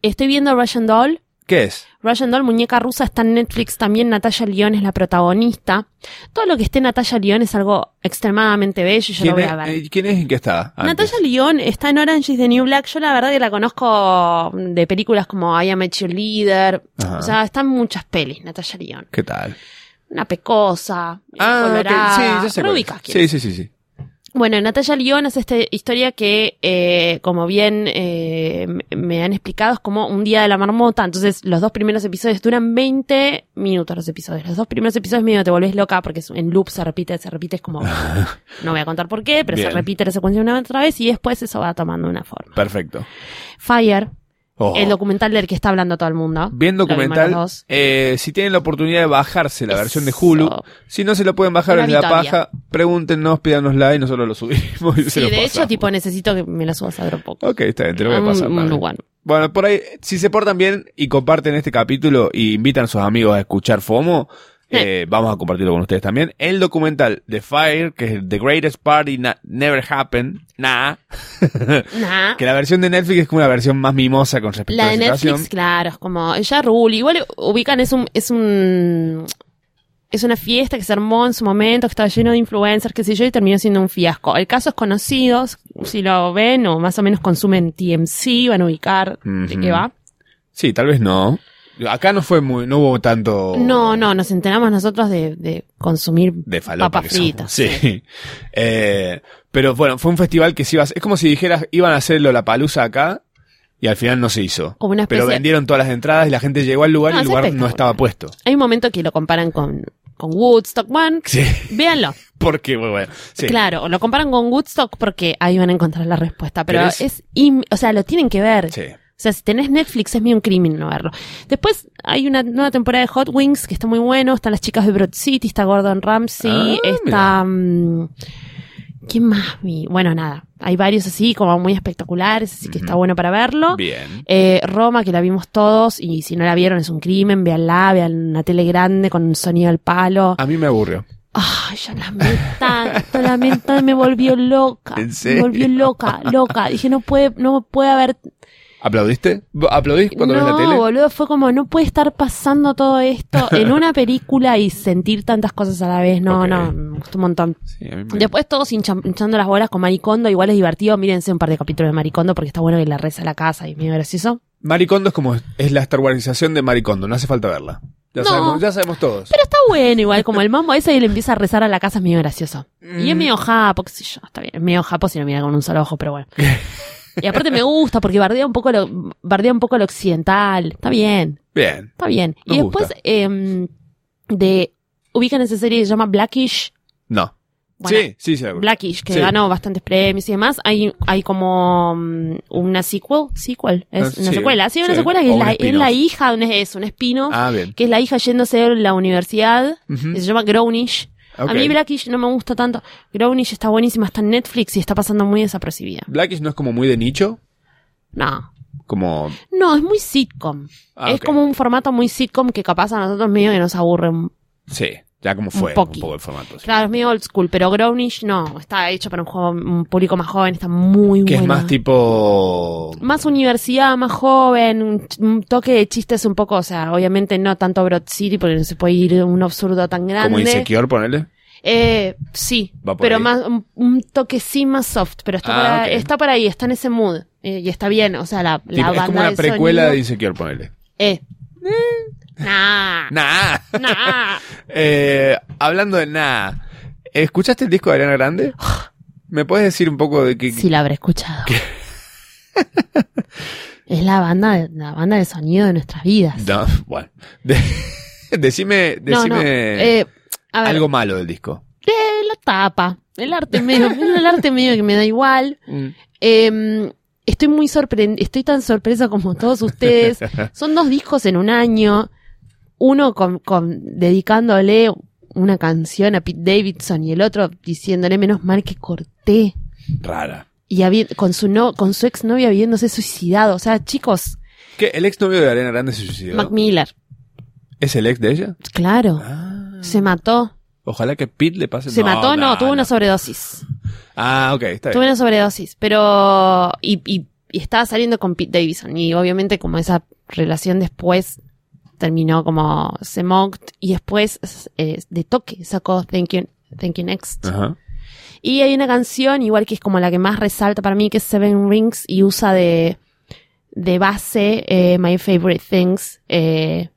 Speaker 3: estoy viendo Russian Doll.
Speaker 2: ¿Qué es?
Speaker 3: Russian Doll, muñeca rusa, está en Netflix también. Natalia León es la protagonista. Todo lo que esté Natalia León es algo extremadamente bello y yo
Speaker 2: ¿Quién
Speaker 3: lo voy
Speaker 2: es,
Speaker 3: a ver.
Speaker 2: eh, ¿Quién es en qué estaba? antes?
Speaker 3: Natalia León está en Orange is the New Black. Yo la verdad que la conozco de películas como I Am a Cheerleader.
Speaker 2: Ajá.
Speaker 3: O sea, están muchas pelis, Natalia León.
Speaker 2: ¿Qué tal? Ah,
Speaker 3: Una pecosa,
Speaker 2: ok.
Speaker 3: Eh, colorada.
Speaker 2: Sí, ya sé cuál es.
Speaker 3: Rubicas, quiero
Speaker 2: Sí, sí, sí, sí.
Speaker 3: bueno, Natalia León hace esta historia que, eh, como bien eh, me- me han explicado, es como un día de la marmota. Entonces, los dos primeros episodios duran 20 minutos los episodios. Los dos primeros episodios medio te volvés loca porque es- en loop se repite, se repite, es como... no voy a contar por qué, pero
Speaker 2: Bien.
Speaker 3: se repite la secuencia una otra vez y después eso va tomando una forma.
Speaker 2: Perfecto.
Speaker 3: Fire,
Speaker 2: Oh.
Speaker 3: el documental del que está hablando todo el mundo.
Speaker 2: Bien
Speaker 3: Lo vimos
Speaker 2: documental.
Speaker 3: los dos.
Speaker 2: Eh, si tienen la oportunidad de bajarse la
Speaker 3: Eso.
Speaker 2: versión de Hulu, si no se la pueden bajar
Speaker 3: Una
Speaker 2: en la
Speaker 3: victoria.
Speaker 2: paja, pregúntenos, pídanosla y nosotros lo subimos. Y se
Speaker 3: Sí,
Speaker 2: lo
Speaker 3: de hecho,
Speaker 2: pasamos.
Speaker 3: tipo, necesito que me lo subas a ver un poco.
Speaker 2: Ok, está bien, te lo voy
Speaker 3: A
Speaker 2: a
Speaker 3: un-
Speaker 2: pasar.
Speaker 3: un
Speaker 2: dale.
Speaker 3: lugar.
Speaker 2: Bueno, por ahí, si se portan bien y comparten este capítulo y invitan a sus amigos a escuchar FOMO, eh, vamos a compartirlo con ustedes también. El documental de Fire, que es The Greatest Party Na- Never Happened, nah,
Speaker 3: Nah.
Speaker 2: que la versión de Netflix es como una versión más mimosa con respecto
Speaker 3: La
Speaker 2: a la
Speaker 3: de
Speaker 2: situación.
Speaker 3: Netflix, claro, es como ella rule. Igual ubican es un es un es una fiesta que se armó en su momento, que estaba lleno de influencers, qué sé yo, y terminó siendo un fiasco. El caso es conocidos, si lo ven o más o menos consumen TMC, van a ubicar de qué
Speaker 2: Ujú.
Speaker 3: va.
Speaker 2: Sí, tal vez no. Acá no fue muy, no hubo tanto.
Speaker 3: No, no, nos enteramos nosotros de, de consumir
Speaker 2: de falopa
Speaker 3: Papas
Speaker 2: que somos.
Speaker 3: fritas,
Speaker 2: Sí. Eh, pero bueno, fue un festival que se iba a, es como si dijeras iban a hacer Lollapalooza acá y al final no se hizo.
Speaker 3: como una
Speaker 2: Pero
Speaker 3: especie.
Speaker 2: vendieron todas las entradas y la gente llegó al lugar
Speaker 3: No,
Speaker 2: y el
Speaker 3: es
Speaker 2: lugar no
Speaker 3: espectacular.
Speaker 2: estaba puesto.
Speaker 3: Hay un momento que lo comparan con con Woodstock, bueno,
Speaker 2: Sí,
Speaker 3: véanlo.
Speaker 2: porque bueno, bueno, sí.
Speaker 3: Claro, o lo comparan con Woodstock porque ahí van a encontrar la respuesta, pero,
Speaker 2: Pero es-
Speaker 3: es, im- o sea, lo tienen que ver.
Speaker 2: Sí.
Speaker 3: O sea, si tenés Netflix es medio un crimen no verlo. Después hay una nueva temporada de Hot Wings que está muy bueno. Están las chicas de Broad City, está Gordon Ramsay,
Speaker 2: Ah,
Speaker 3: está... mm, ¿Quién más vi? Bueno, nada. Hay varios así como muy espectaculares, así que está
Speaker 2: Ujú.
Speaker 3: bueno para verlo.
Speaker 2: Bien.
Speaker 3: Eh, Roma, que la vimos todos, y si no la vieron es un crimen, véanla, vean una tele grande con un sonido al palo.
Speaker 2: A mí me aburrió.
Speaker 3: Ay, yo la amé tanto, la amé tanto, me volvió loca.
Speaker 2: ¿En serio?
Speaker 3: Me volvió loca, loca. Dije, no puede, no puede haber
Speaker 2: ¿Aplaudiste? ¿Aplaudís cuando ves la tele?
Speaker 3: no, boludo, fue como, no puede estar pasando todo esto en una película y sentir tantas cosas a la vez. No,
Speaker 2: Ok.
Speaker 3: no, me gustó un montón.
Speaker 2: Sí, a mí me-
Speaker 3: Después todos hincha- hinchando las bolas con Maricondo, igual es divertido. Mírense un par de capítulos de Maricondo porque está bueno que la reza a la casa y es medio gracioso.
Speaker 2: Maricondo es como es la Star Warsización de Maricondo, no hace falta verla. Ya,
Speaker 3: No.
Speaker 2: sabemos, ya sabemos todos.
Speaker 3: Pero está bueno, igual como el mambo ese y le empieza a rezar a la casa es medio gracioso. Y
Speaker 2: Mm.
Speaker 3: es medio japo, qué sé yo, está bien, es medio japo si lo mira con un solo ojo, pero bueno. Y aparte me gusta porque bardea un poco lo, bardea un poco lo occidental, está bien.
Speaker 2: Bien.
Speaker 3: Está bien.
Speaker 2: Nos
Speaker 3: y después
Speaker 2: gusta.
Speaker 3: em, de ubican esa serie que se llama Blackish.
Speaker 2: No.
Speaker 3: Bueno,
Speaker 2: sí, sí, sí. la-
Speaker 3: Blackish, que
Speaker 2: Sí.
Speaker 3: ganó bastantes premios y demás. Hay, hay como mm, una sequel, sequel, es
Speaker 2: Ah,
Speaker 3: una
Speaker 2: sí,
Speaker 3: secuela. Sí, una
Speaker 2: sí.
Speaker 3: secuela que
Speaker 2: O
Speaker 3: es
Speaker 2: un
Speaker 3: la, es la
Speaker 2: spin-off.
Speaker 3: hija de un, es un espino,
Speaker 2: Ah, bien.
Speaker 3: que es la hija yéndose a la universidad,
Speaker 2: Ujú.
Speaker 3: que se llama Grownish.
Speaker 2: Ok.
Speaker 3: A mí Blackish no me gusta tanto. Grownish está buenísima, está en Netflix y está pasando muy desapercibida.
Speaker 2: Blackish no es como muy de nicho,
Speaker 3: No.
Speaker 2: como
Speaker 3: No, es muy sitcom.
Speaker 2: Ah,
Speaker 3: es
Speaker 2: ok.
Speaker 3: como un formato muy sitcom que capaz a nosotros medio que nos aburre un
Speaker 2: sí, ya como fue, un,
Speaker 3: poqui.
Speaker 2: poco el formato. sí.
Speaker 3: Claro, es medio old school, pero Grownish no. Está hecho para un, juego, un público más joven, está muy
Speaker 2: que
Speaker 3: bueno.
Speaker 2: es más tipo
Speaker 3: Más universidad, más joven, un, ch- un toque de chistes un poco, o sea, obviamente no tanto Broad City porque no se puede ir un absurdo tan grande.
Speaker 2: como insecure, ponele.
Speaker 3: Eh, sí,
Speaker 2: Va por
Speaker 3: pero
Speaker 2: ahí.
Speaker 3: más un, un toque sí más soft, pero está,
Speaker 2: Ah,
Speaker 3: para,
Speaker 2: ok.
Speaker 3: está para ahí, está en ese mood. eh, y está bien, o sea, la, la
Speaker 2: Tipo,
Speaker 3: banda
Speaker 2: es como una
Speaker 3: de
Speaker 2: precuela de
Speaker 3: sonido-
Speaker 2: Insecure, ponele.
Speaker 3: Eh. Nah.
Speaker 2: Nah.
Speaker 3: Nah.
Speaker 2: Eh, hablando de nada, ¿escuchaste el disco de Ariana Grande? ¿Me puedes decir un poco de qué?
Speaker 3: Sí la habré escuchado. es la banda, la banda de sonido de nuestras vidas.
Speaker 2: No, bueno. De- decime
Speaker 3: No,
Speaker 2: decime
Speaker 3: no, eh, a ver,
Speaker 2: algo malo del disco.
Speaker 3: eh, la tapa, el arte medio, el arte medio que me da igual. Eh, estoy muy sorprendida, estoy tan sorpresa como todos ustedes. Son dos discos en un año, uno con, con- dedicándole una canción a Pete Davidson y el otro diciéndole menos mal que corté
Speaker 2: Rara.
Speaker 3: y habi- con su no, con su exnovia habiéndose suicidado, o sea, chicos,
Speaker 2: ¿Qué? ¿El ex novio de Ariana Grande se suicidó?
Speaker 3: Mac Miller,
Speaker 2: ¿Es el ex de ella?
Speaker 3: claro,
Speaker 2: Ah.
Speaker 3: se mató,
Speaker 2: Ojalá que Pete le pase
Speaker 3: se mató, no, tuvo una
Speaker 2: no.
Speaker 3: sobredosis.
Speaker 2: Ah, ok, está
Speaker 3: Tuve
Speaker 2: bien.
Speaker 3: una sobredosis, pero. Y, y- y estaba saliendo con Pete Davidson. Y obviamente, como esa relación después terminó como se mocked. Y después, eh, de toque, sacó Thank You, Thank you Next.
Speaker 2: Ajá.
Speaker 3: Y hay una canción, igual que es como la que más resalta para mí, que es Seven Rings. Y usa de, de base eh, My Favorite Things. eh,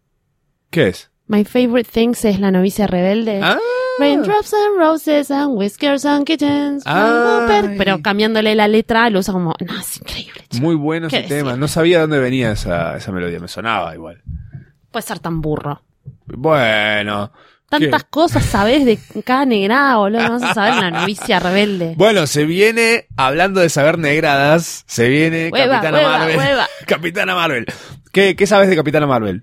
Speaker 2: ¿Qué es?
Speaker 3: My Favorite Things es La novicia rebelde.
Speaker 2: Ah.
Speaker 3: Raindrops and roses and whiskers and kittens.
Speaker 2: Ay.
Speaker 3: Pero cambiándole la letra lo usa como, no, es increíble. chico.
Speaker 2: Muy bueno ese
Speaker 3: ¿Qué
Speaker 2: tema.
Speaker 3: decir?
Speaker 2: No sabía dónde venía esa, esa melodía. Me sonaba igual.
Speaker 3: Puede ser tan burro.
Speaker 2: Bueno.
Speaker 3: Tantas cosas sabes de cada negrada, boludo. No vas a saber la novicia rebelde.
Speaker 2: Bueno, se viene, hablando de saber negradas, se viene
Speaker 3: Hueva,
Speaker 2: Capitana
Speaker 3: hueva,
Speaker 2: Marvel.
Speaker 3: hueva.
Speaker 2: Capitana Marvel. ¿Qué, ¿Qué sabes de Capitana Marvel?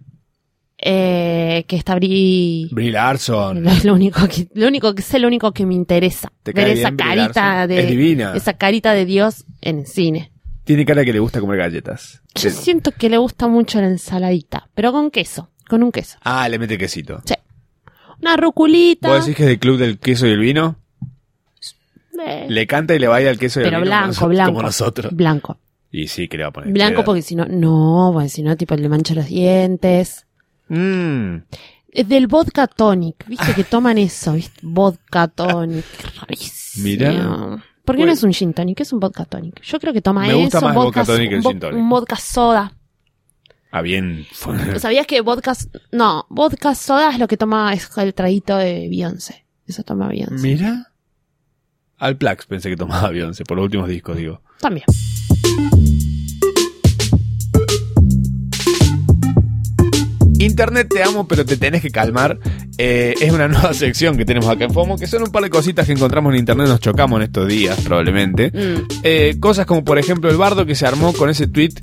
Speaker 3: Eh, que está Bri...
Speaker 2: Brie Larson.
Speaker 3: Es lo único que, lo único que sé, lo único que me interesa.
Speaker 2: ¿Te cae
Speaker 3: ver esa
Speaker 2: bien Brie
Speaker 3: carita
Speaker 2: Larson? Es
Speaker 3: de,
Speaker 2: divina.
Speaker 3: esa carita de Dios en el cine.
Speaker 2: Tiene cara que le gusta comer galletas.
Speaker 3: Yo siento que le gusta mucho la ensaladita, pero con queso, con un queso.
Speaker 2: Ah, le mete quesito.
Speaker 3: Una ruculita.
Speaker 2: ¿Vos decís que es del club del queso y el vino?
Speaker 3: eh,
Speaker 2: Le canta y le baila el queso y el
Speaker 3: Pero
Speaker 2: vino.
Speaker 3: blanco,
Speaker 2: como noso-
Speaker 3: blanco.
Speaker 2: Como nosotros.
Speaker 3: Blanco.
Speaker 2: Y sí, que le va a poner.
Speaker 3: Blanco
Speaker 2: cheddar.
Speaker 3: porque si no, no, porque si no, tipo, le mancha los dientes.
Speaker 2: Mm.
Speaker 3: Es del vodka tonic, viste que toman eso, ¿viste? Vodka tonic, rarísimo.
Speaker 2: Mirá.
Speaker 3: ¿Por qué
Speaker 2: Bueno.
Speaker 3: no es un gin tonic? Es un vodka tonic. Yo creo que toma
Speaker 2: Me
Speaker 3: eso,
Speaker 2: gusta más
Speaker 3: vodka,
Speaker 2: vodka tonic que el
Speaker 3: un vo-
Speaker 2: gin tonic.
Speaker 3: un vodka soda.
Speaker 2: Ah, bien.
Speaker 3: ¿Sabías que vodka, no, vodka soda es lo que toma, es el traguito de Beyoncé. Eso toma Beyoncé.
Speaker 2: Mira. Al Plax pensé que tomaba Beyoncé, por los últimos discos, digo.
Speaker 3: También.
Speaker 2: Internet te amo, pero te tenés que calmar. Eh, es una nueva sección que tenemos acá en FOMO, que son un par de cositas que encontramos en Internet, nos chocamos en estos días, probablemente.
Speaker 3: Mm.
Speaker 2: Eh, cosas como, por ejemplo, el bardo que se armó con ese tweet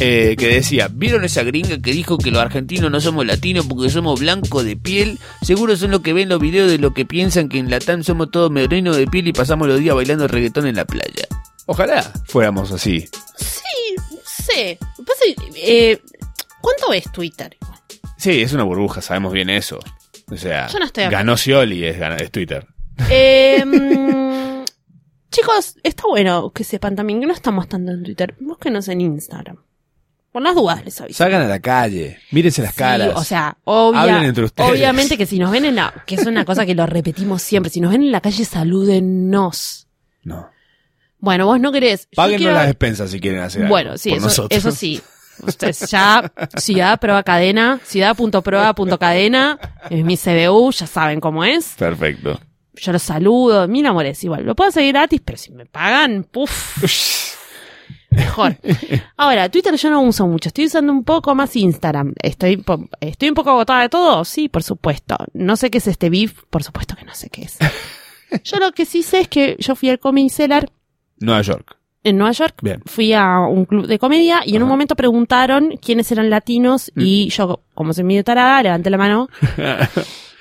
Speaker 2: eh, que decía:
Speaker 4: ¿Vieron esa gringa que dijo que los argentinos no somos latinos porque somos blancos de piel? Seguro son los que ven los videos de los que piensan que en Latam somos todos merenos de piel y pasamos los días bailando reggaetón en la playa.
Speaker 2: Ojalá fuéramos así.
Speaker 3: Sí, sé. Pasa que, eh, ¿Cuánto ves Twitter?
Speaker 2: Sí, es una burbuja, sabemos bien eso. O sea,
Speaker 3: Yo no estoy de acuerdo.
Speaker 2: ganó Scioli, es, gana- es Twitter.
Speaker 3: Eh, mm, chicos, está bueno que sepan también que no estamos tanto en Twitter. Búsquenos en Instagram. Por las dudas les aviso.
Speaker 2: Salgan a la calle, mírense las
Speaker 3: Sí,
Speaker 2: caras.
Speaker 3: o sea, obvia-
Speaker 2: Hablen entre ustedes.
Speaker 3: obviamente que si nos ven en la... Que es una cosa que lo repetimos siempre. Si nos ven en la calle, salúdennos.
Speaker 2: no.
Speaker 3: Bueno, vos no querés... yo
Speaker 2: Páguenos
Speaker 3: quiero-
Speaker 2: las despensas si quieren hacer algo
Speaker 3: Bueno, sí,
Speaker 2: por
Speaker 3: eso,
Speaker 2: nosotros.
Speaker 3: eso sí. Ustedes ya, ciudad prueba cadena, ciudad.proba.cadena, es mi CBU, ya saben cómo es.
Speaker 2: Perfecto.
Speaker 3: Yo los saludo, mil amores, igual. Lo puedo hacer gratis, pero si me pagan, puff, mejor. Ahora, Twitter yo no uso mucho, estoy usando un poco más Instagram. Estoy, po- estoy un poco agotada de todo, sí, por supuesto. No sé qué es este beef, por supuesto que no sé qué es. Yo lo que sí sé es que yo fui al Comedy Cellar
Speaker 2: Nueva York.
Speaker 3: en Nueva York.
Speaker 2: Bien.
Speaker 3: Fui a un club de comedia y en un
Speaker 2: Ajá. Mm.
Speaker 3: momento preguntaron quiénes eran latinos y yo, como soy medio tarada, levanté la mano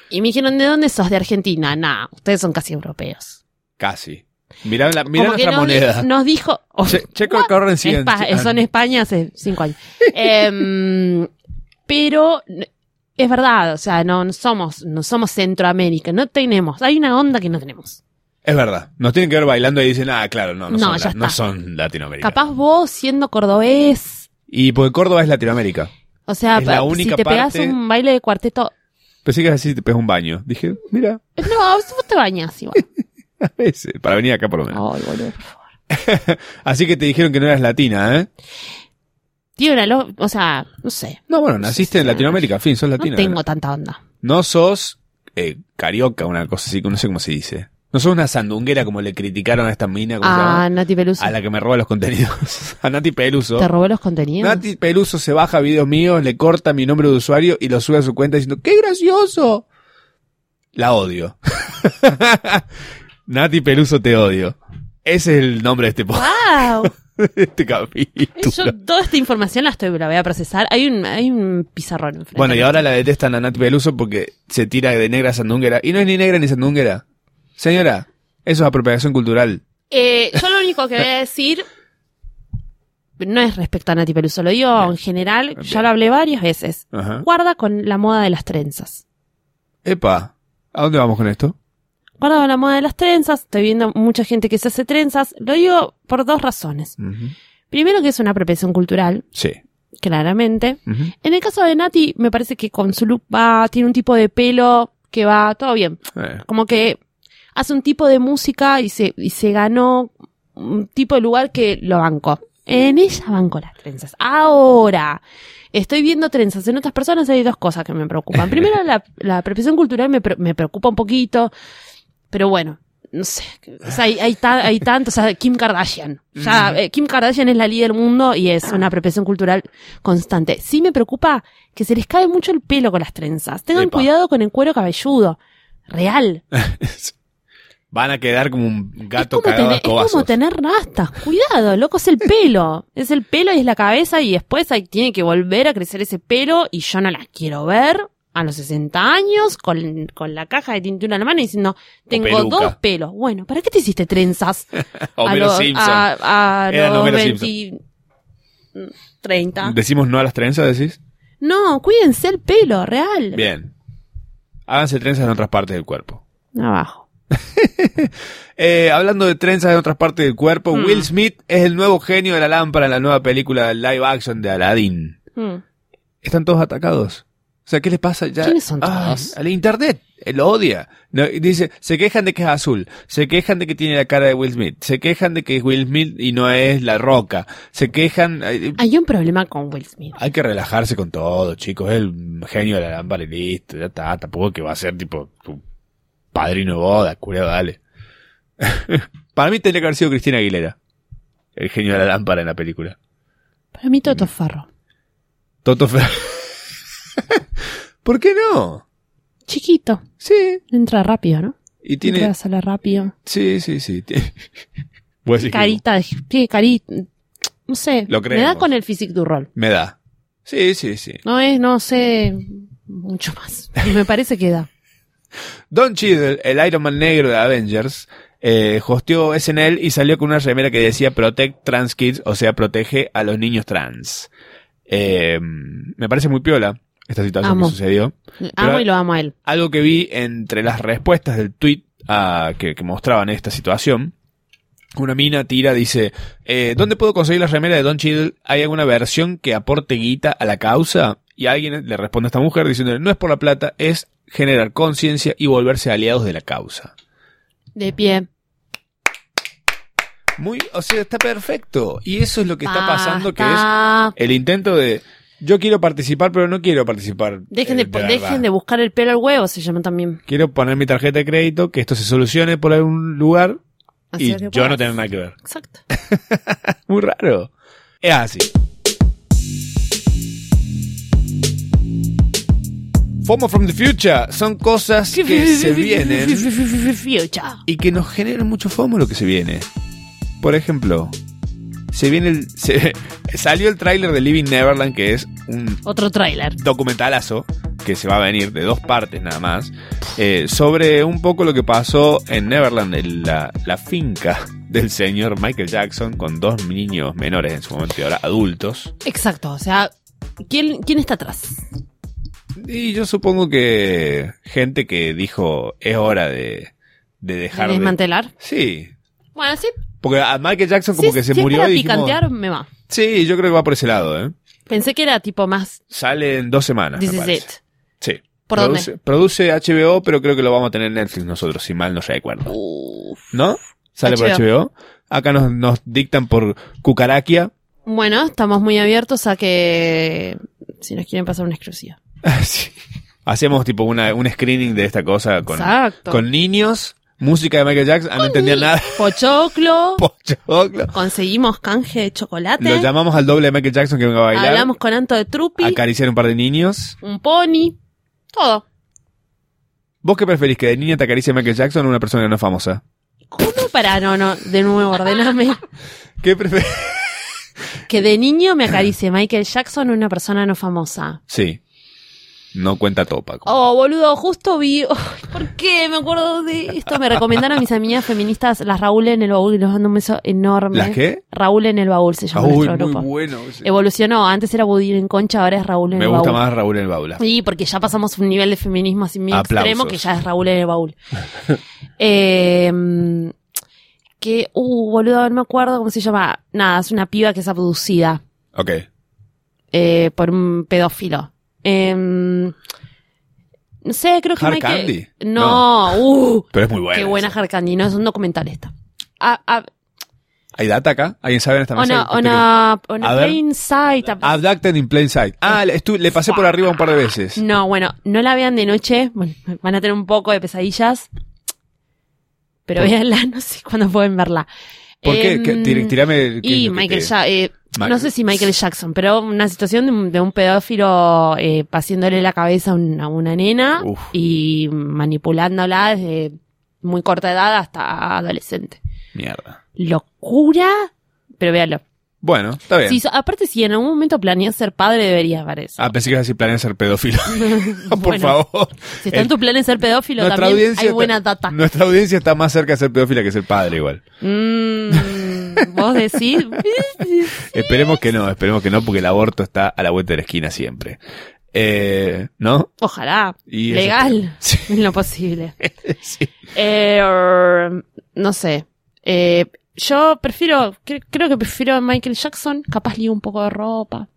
Speaker 3: y me dijeron, ¿de dónde sos? De Argentina. Nah, ustedes son casi europeos.
Speaker 2: Casi. Mirá, la, mirá
Speaker 3: Como que
Speaker 2: nuestra
Speaker 3: nos,
Speaker 2: moneda.
Speaker 3: nos dijo... oh,
Speaker 2: Che- checo
Speaker 3: what?
Speaker 2: el currency en-
Speaker 3: Espa-
Speaker 2: en-
Speaker 3: son España hace cinco años. Em, pero n- es verdad, o sea, no, no somos, no somos Centroamérica, no tenemos, hay una onda que no tenemos.
Speaker 2: Es verdad. Nos tienen que ver bailando y dicen, ah, claro, no, no,
Speaker 3: No,
Speaker 2: son,
Speaker 3: ya
Speaker 2: la- no
Speaker 3: está.
Speaker 2: son Latinoamérica.
Speaker 3: Capaz vos siendo cordobés,
Speaker 2: Y porque Córdoba es Latinoamérica.
Speaker 3: O sea,
Speaker 2: Es la
Speaker 3: pa- si
Speaker 2: única
Speaker 3: te pegas
Speaker 2: parte-
Speaker 3: un baile de cuarteto
Speaker 2: Pensé que ibas a decir te pegas un baño. Dije, mira,
Speaker 3: No, vos te bañas igual.
Speaker 2: a veces, para venir acá por lo
Speaker 3: Ay,
Speaker 2: menos.
Speaker 3: boludo, por favor.
Speaker 2: Así que te dijeron que no eras latina, ¿eh?
Speaker 3: Tío, una lo- o sea, no sé.
Speaker 2: No, bueno, naciste en Latinoamérica, en fin, sos latina.
Speaker 3: no tengo tanta onda.
Speaker 2: No sos eh, carioca, una cosa así, que no sé cómo se dice. No sos una sandunguera como le criticaron a esta mina, ¿cómo se
Speaker 3: Ah,
Speaker 2: llama?
Speaker 3: Nati Peluso.
Speaker 2: a la que me roba los contenidos. a Nati Peluso.
Speaker 3: ¿Te robó los contenidos?
Speaker 2: Nati Peluso se baja videos míos, le corta mi nombre de usuario y lo sube a su cuenta diciendo, ¡qué gracioso! La odio. Nati Peluso te odio. Ese es el nombre de este, po-
Speaker 3: ¡Wow!
Speaker 2: de este capítulo.
Speaker 3: Yo toda esta información la estoy, la voy a procesar. Hay un, hay un pizarrón enfrente.
Speaker 2: Bueno, y ahora la detestan a Nati Peluso porque se tira de negra a Sandunguera. Y no es ni negra ni Sandunguera. Señora, eso es apropiación cultural.
Speaker 3: Eh, yo lo único que voy a decir no es respecto a Nati Peluso, lo digo en general, ya lo hablé varias veces.
Speaker 2: Ajá.
Speaker 3: Guarda con la moda de las trenzas.
Speaker 2: Epa, ¿a dónde vamos con esto?
Speaker 3: Guarda con la moda de las trenzas, estoy viendo mucha gente que se hace trenzas. Lo digo por dos razones.
Speaker 2: Ujú.
Speaker 3: Primero que es una apropiación cultural,
Speaker 2: Sí.
Speaker 3: claramente.
Speaker 2: Ujú.
Speaker 3: En el caso de Nati, me parece que con su look va, tiene un tipo de pelo que va todo bien.
Speaker 2: Eh,
Speaker 3: como que hace un tipo de música y se, y se ganó un tipo de lugar que lo bancó. En ella banco las trenzas. Ahora, estoy viendo trenzas en otras personas hay dos cosas que me preocupan. Primero, la, la apropiación cultural me, pre- me preocupa un poquito, pero bueno, no sé. O sea, hay, hay, ta- hay tanto, o sea, Kim Kardashian. O sea, eh, Kim Kardashian es la líder del mundo y es una apropiación cultural constante. Sí me preocupa que se les cae mucho el pelo con las trenzas. Tengan
Speaker 2: Epa.
Speaker 3: cuidado con el cuero cabelludo. Real.
Speaker 2: Van a quedar como un gato
Speaker 3: es como,
Speaker 2: cagado a
Speaker 3: tener, es como
Speaker 2: escobazos.
Speaker 3: tener rastas. Cuidado, loco, es el pelo. Es el pelo y es la cabeza y después ahí tiene que volver a crecer ese pelo y yo no la quiero ver a los 60 años con, con la caja de tintura en la mano y diciendo, tengo
Speaker 2: peluca.
Speaker 3: dos pelos. Bueno, ¿para qué te hiciste trenzas? a
Speaker 2: Homero
Speaker 3: los,
Speaker 2: Simpson.
Speaker 3: A, a
Speaker 2: Era
Speaker 3: los
Speaker 2: Homero
Speaker 3: 20, 30.
Speaker 2: ¿Decimos no a las trenzas, decís?
Speaker 3: No, cuídense el pelo, real.
Speaker 2: Bien. Háganse trenzas en otras partes del cuerpo.
Speaker 3: Abajo.
Speaker 2: Eh, hablando de trenzas en otras partes del cuerpo,
Speaker 3: Mm.
Speaker 2: Will Smith es el nuevo genio de la lámpara en la nueva película live action de Aladdin.
Speaker 3: Mm.
Speaker 2: están todos atacados. O sea, ¿qué les pasa? Ya,
Speaker 3: ¿Quiénes son
Speaker 2: Ah,
Speaker 3: todos?
Speaker 2: Al internet. Él lo odia. No, y dice, se quejan de que es azul, se quejan de que tiene la cara de Will Smith, se quejan de que es Will Smith y no es la roca, se quejan... eh,
Speaker 3: Hay un problema con Will Smith.
Speaker 2: Hay que relajarse con todo, chicos. Es el genio de la lámpara y listo. Ya está. Tampoco que va a ser tipo tu padrino de boda, curado, dale. Para mí tendría que haber sido Cristina Aguilera. El genio de la lámpara en la película.
Speaker 3: Para mí Toto Farro.
Speaker 2: Toto Fer... ¿Por qué no?
Speaker 3: Chiquito.
Speaker 2: Sí,
Speaker 3: Entra rápido, ¿no?
Speaker 2: Y
Speaker 3: Entra a
Speaker 2: tiene.
Speaker 3: la sala rápido.
Speaker 2: Sí, sí, sí. tiene- Voy a decir que
Speaker 3: carita, de- tiene carita, no sé,
Speaker 2: Lo
Speaker 3: me da
Speaker 2: creemos.
Speaker 3: con el physique du rol.
Speaker 2: Me da. Sí, sí, sí.
Speaker 3: No es, no sé, mucho más. Me parece que da.
Speaker 2: Don Cheadle, el Iron Man negro de Avengers, eh, hosteó SNL y salió con una remera que decía Protect Trans Kids, o sea, protege a los niños trans. Eh, me parece muy piola esta situación
Speaker 3: Amo.
Speaker 2: que sucedió.
Speaker 3: Amo y lo amo a él.
Speaker 2: Algo que vi entre las respuestas del tweet ah, que, que mostraban esta situación. Una mina tira, dice, eh, ¿dónde puedo conseguir la remera de Don Cheadle? ¿Hay alguna versión que aporte guita a la causa? Y alguien le responde a esta mujer diciendo, no es por la plata, es generar conciencia y volverse aliados de la causa.
Speaker 3: De pie.
Speaker 2: Muy, o sea, está perfecto. Y eso es lo que está pasando, que es
Speaker 3: Basta.
Speaker 2: el intento de, yo quiero participar, pero no quiero participar.
Speaker 3: Dejen
Speaker 2: eh,
Speaker 3: de,
Speaker 2: verdad.
Speaker 3: dejen de buscar el pelo al huevo, se llama también.
Speaker 2: Quiero poner mi tarjeta de crédito, que esto se solucione por algún lugar
Speaker 3: Así
Speaker 2: y
Speaker 3: es pues. que
Speaker 2: yo no
Speaker 3: puedas.
Speaker 2: tengo nada que ver.
Speaker 3: Exacto.
Speaker 2: Muy raro. Es así. FOMO from the future son cosas que se vienen
Speaker 3: Future.
Speaker 2: y que nos generan mucho FOMO lo que se viene. Por ejemplo, se viene el, se- salió el tráiler de Living Neverland que es un
Speaker 3: Otro tráiler.
Speaker 2: documentalazo que se va a venir de dos partes nada más eh, sobre un poco lo que pasó en Neverland, en la, la finca del señor Michael Jackson con dos niños menores en su momento y ahora adultos.
Speaker 3: Exacto, o sea, ¿quién, quién está atrás?
Speaker 2: Y yo supongo que gente que dijo es hora de, de
Speaker 3: ¿De
Speaker 2: dejar de...
Speaker 3: desmantelar?
Speaker 2: Sí,
Speaker 3: Bueno, sí.
Speaker 2: porque a Michael Jackson como
Speaker 3: si
Speaker 2: que
Speaker 3: es-
Speaker 2: se
Speaker 3: si es
Speaker 2: murió
Speaker 3: para
Speaker 2: y dijimos-
Speaker 3: picantear, me va.
Speaker 2: Sí, yo creo que va por ese lado, ¿eh?
Speaker 3: Pensé que era tipo más
Speaker 2: Sale en dos semanas. me
Speaker 3: This is
Speaker 2: parece.
Speaker 3: it.
Speaker 2: Sí.
Speaker 3: ¿Por
Speaker 2: produce,
Speaker 3: dónde?
Speaker 2: produce HBO, pero creo que lo vamos a tener en Netflix nosotros, si mal no recuerdo.
Speaker 3: Uf.
Speaker 2: ¿No? Sale por
Speaker 3: HBO.
Speaker 2: HBO. Acá nos, nos dictan por Cucaraquia.
Speaker 3: Bueno, estamos muy abiertos a que si nos quieren pasar una exclusiva.
Speaker 2: Sí. Hacemos tipo una, un screening de esta cosa con,
Speaker 3: Exacto.
Speaker 2: con niños, música de Michael Jackson. Ah, no entendía nada.
Speaker 3: Pochoclo,
Speaker 2: Pochoclo.
Speaker 3: conseguimos canje de chocolate,
Speaker 2: Lo llamamos al doble de Michael Jackson que venga a bailar.
Speaker 3: hablamos con Anto de Trupi,
Speaker 2: Acariciar un par de niños.
Speaker 3: un pony, todo.
Speaker 2: ¿Vos qué preferís? ¿Que de niña te acaricie Michael Jackson o una persona que no es famosa?
Speaker 3: ¿Cómo para? No, no, de nuevo, ordename.
Speaker 2: ¿Qué preferís?
Speaker 3: que de niño me acaricie Michael Jackson, una persona no famosa.
Speaker 2: Sí. No cuenta todo, Paco.
Speaker 3: Oh, boludo, justo vi. Ay, ¿Por qué me acuerdo de esto? Me recomendaron mis amigas feministas, las Raúl en el baúl, y les mando un beso enorme.
Speaker 2: ¿Las qué?
Speaker 3: Raúl en el baúl se llama
Speaker 2: Uy,
Speaker 3: nuestro
Speaker 2: muy
Speaker 3: grupo.
Speaker 2: bueno. ese.
Speaker 3: Evolucionó, antes era Budín en concha, ahora es Raúl en
Speaker 2: Me
Speaker 3: el
Speaker 2: gusta
Speaker 3: baúl.
Speaker 2: más Raúl en el baula.
Speaker 3: Sí, porque ya pasamos un nivel de feminismo así muy
Speaker 2: Aplausos.
Speaker 3: extremo que ya es Raúl en el baúl. Eh, mm, que, uh, boludo, no me acuerdo cómo se llama. Nada, es una piba que es abducida
Speaker 2: Ok.
Speaker 3: eh, por un pedófilo. Eh, no sé, creo que
Speaker 2: Hard
Speaker 3: Michael-
Speaker 2: Candy.
Speaker 3: No, uh,
Speaker 2: Pero es muy bueno.
Speaker 3: qué buena
Speaker 2: ese.
Speaker 3: Hard Candy. No, es un documental esta. Ah, ah,
Speaker 2: ¿Hay data acá? ¿Alguien sabe en esta
Speaker 3: on
Speaker 2: mesa? Este
Speaker 3: a, on a- on a
Speaker 2: A ver. Ah,
Speaker 3: plain sight. a-
Speaker 2: Abducted in plain sight. Ah, le, estu- le pasé por arriba un par de veces.
Speaker 3: No, bueno, no la vean de noche. Bueno, van a tener un poco de pesadillas. Pero véanla, no sé cuándo pueden verla.
Speaker 2: ¿Por qué?
Speaker 3: Em,
Speaker 2: ¿Qué? Tir- tirame. ¿qué es
Speaker 3: y
Speaker 2: lo que
Speaker 3: Michael
Speaker 2: te-
Speaker 3: Ja- eh,
Speaker 2: Ma-
Speaker 3: no sé si Michael Jackson, pero una situación de un, de un pedófilo eh, pasiéndole la cabeza a una, a una nena
Speaker 2: Uf.
Speaker 3: y manipulándola desde muy corta edad hasta adolescente.
Speaker 2: Mierda.
Speaker 3: Locura, pero véanlo.
Speaker 2: Bueno, está bien.
Speaker 3: Si so- aparte, si en algún momento planeas ser padre, deberías ver eso.
Speaker 2: Ah, pensé que ibas a decir planear ser pedófilo. Ah, Por
Speaker 3: Bueno,
Speaker 2: favor.
Speaker 3: Si está en
Speaker 2: El-
Speaker 3: tu plan de ser pedófilo,
Speaker 2: nuestra
Speaker 3: también
Speaker 2: audiencia
Speaker 3: hay
Speaker 2: está-
Speaker 3: buena data.
Speaker 2: Nuestra audiencia está más cerca de ser pedófila que ser padre igual.
Speaker 3: Mm, Vos decís.
Speaker 2: Esperemos que no, esperemos que no, porque el aborto está a la vuelta de la esquina siempre. Eh, ¿No?
Speaker 3: Ojalá.
Speaker 2: Y eso-
Speaker 3: legal.
Speaker 2: Sí.
Speaker 3: En lo posible.
Speaker 2: Sí.
Speaker 3: Eh, or- no sé. Eh, yo prefiero. cre- creo que prefiero a Michael Jackson. Capaz lío un poco de ropa,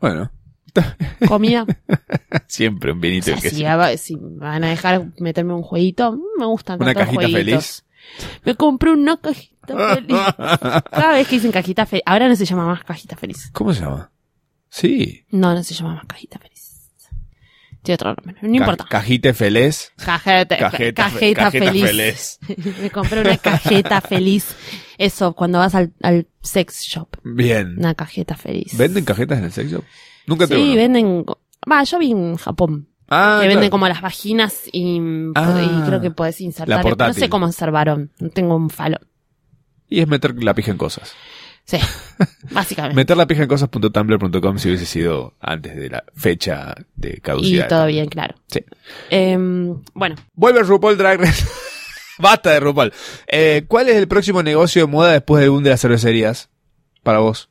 Speaker 2: Bueno,
Speaker 3: comida.
Speaker 2: siempre un
Speaker 3: O
Speaker 2: bienito.
Speaker 3: sea,
Speaker 2: el que
Speaker 3: si,
Speaker 2: sí.
Speaker 3: va- si van a dejar meterme un jueguito, mm, me gustan
Speaker 2: Una
Speaker 3: tanto los
Speaker 2: cajita
Speaker 3: jueguitos.
Speaker 2: feliz.
Speaker 3: Me compré una cajita feliz. Cada vez que dicen cajita feliz. Ahora no se llama más cajita feliz.
Speaker 2: ¿Cómo se llama? Sí.
Speaker 3: No, no se llama más cajita feliz. Tiene otro nombre. No
Speaker 2: Ca-
Speaker 3: importa.
Speaker 2: Cajite feliz.
Speaker 3: Cajeta, ca-
Speaker 2: Cajeta, fe-
Speaker 3: cajeta
Speaker 2: cajeta
Speaker 3: feliz. Me compré una cajeta feliz. Eso, cuando vas al, al sex shop.
Speaker 2: Bien.
Speaker 3: Una cajeta feliz.
Speaker 2: ¿Venden cajetas en el sex shop? Nunca te
Speaker 3: Sí, venden. Va, yo vi en Japón.
Speaker 2: Ah,
Speaker 3: que
Speaker 2: claro.
Speaker 3: venden como las vaginas y,
Speaker 2: Ah,
Speaker 3: y creo que podés
Speaker 2: la
Speaker 3: insertar. No
Speaker 2: portátil.
Speaker 3: sé cómo ser varón. No tengo un falo.
Speaker 2: Y es meter la pija en cosas.
Speaker 3: Sí, básicamente.
Speaker 2: Meter la pija en cosas.tumblr.com si hubiese sido antes de la fecha de
Speaker 3: Y
Speaker 2: caducidad.
Speaker 3: todo bien, claro.
Speaker 2: Sí.
Speaker 3: Em, bueno,
Speaker 2: Vuelve RuPaul Drag Race. Basta de RuPaul. Eh, ¿Cuál es el próximo negocio de moda después del boom de las cervecerías? Para vos.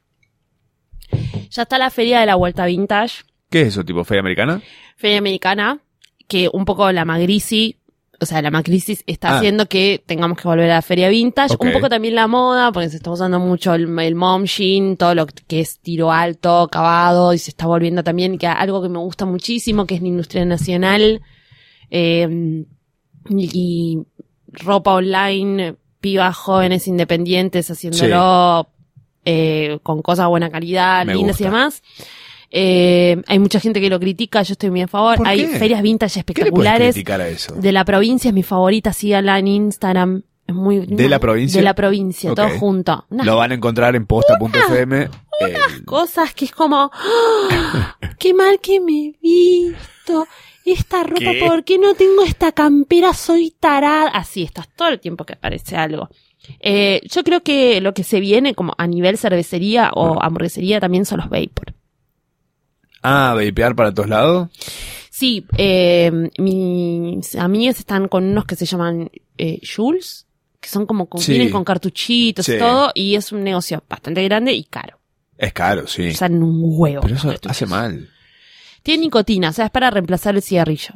Speaker 3: ya está la feria de la vuelta vintage.
Speaker 2: ¿Qué es eso, tipo feria americana?
Speaker 3: Feria Americana, que un poco la magrisi, o sea, la macrisis está
Speaker 2: Ah.
Speaker 3: haciendo que tengamos que volver a la feria vintage,
Speaker 2: Ok.
Speaker 3: un poco también la moda, porque se está usando mucho el, el mom jean, todo lo que es tiro alto, acabado, y se está volviendo también que algo que me gusta muchísimo, que es la industria nacional, eh, y ropa online, pibas jóvenes independientes haciéndolo eh, con cosas de buena calidad,
Speaker 2: Me
Speaker 3: lindas y
Speaker 2: gusta.
Speaker 3: demás. Eh, hay mucha gente que lo critica, yo estoy muy a favor.
Speaker 2: ¿Por
Speaker 3: hay
Speaker 2: qué?
Speaker 3: ferias vintage
Speaker 2: ¿Qué le puedes
Speaker 3: espectaculares.
Speaker 2: criticar a eso?
Speaker 3: De la provincia es mi favorita, síganla en Instagram. Es muy,
Speaker 2: ¿De la provincia?
Speaker 3: De la provincia,
Speaker 2: Ok.
Speaker 3: todo junto. Unas
Speaker 2: Lo van a encontrar en posta.fm. el-
Speaker 3: cosas que es como, ¡Ah! qué mal que me he visto. Esta ropa,
Speaker 2: ¿Qué?
Speaker 3: ¿por qué no tengo esta campera? Soy tarada. Así estás todo el tiempo que aparece algo. Eh, yo creo que lo que se viene como a nivel cervecería o hamburguesería también son los vapor.
Speaker 2: Ah, vapear para todos lados.
Speaker 3: Sí, eh, mis amigas están con unos que se llaman eh, Jules, que son como con,
Speaker 2: Sí.
Speaker 3: vienen con cartuchitos y
Speaker 2: Sí.
Speaker 3: todo, y es un negocio bastante grande y caro.
Speaker 2: Es caro, sí.
Speaker 3: Usan un huevo.
Speaker 2: Pero eso
Speaker 3: los cartuchos.
Speaker 2: hace mal.
Speaker 3: Tiene nicotina, o sea, es para reemplazar el cigarrillo.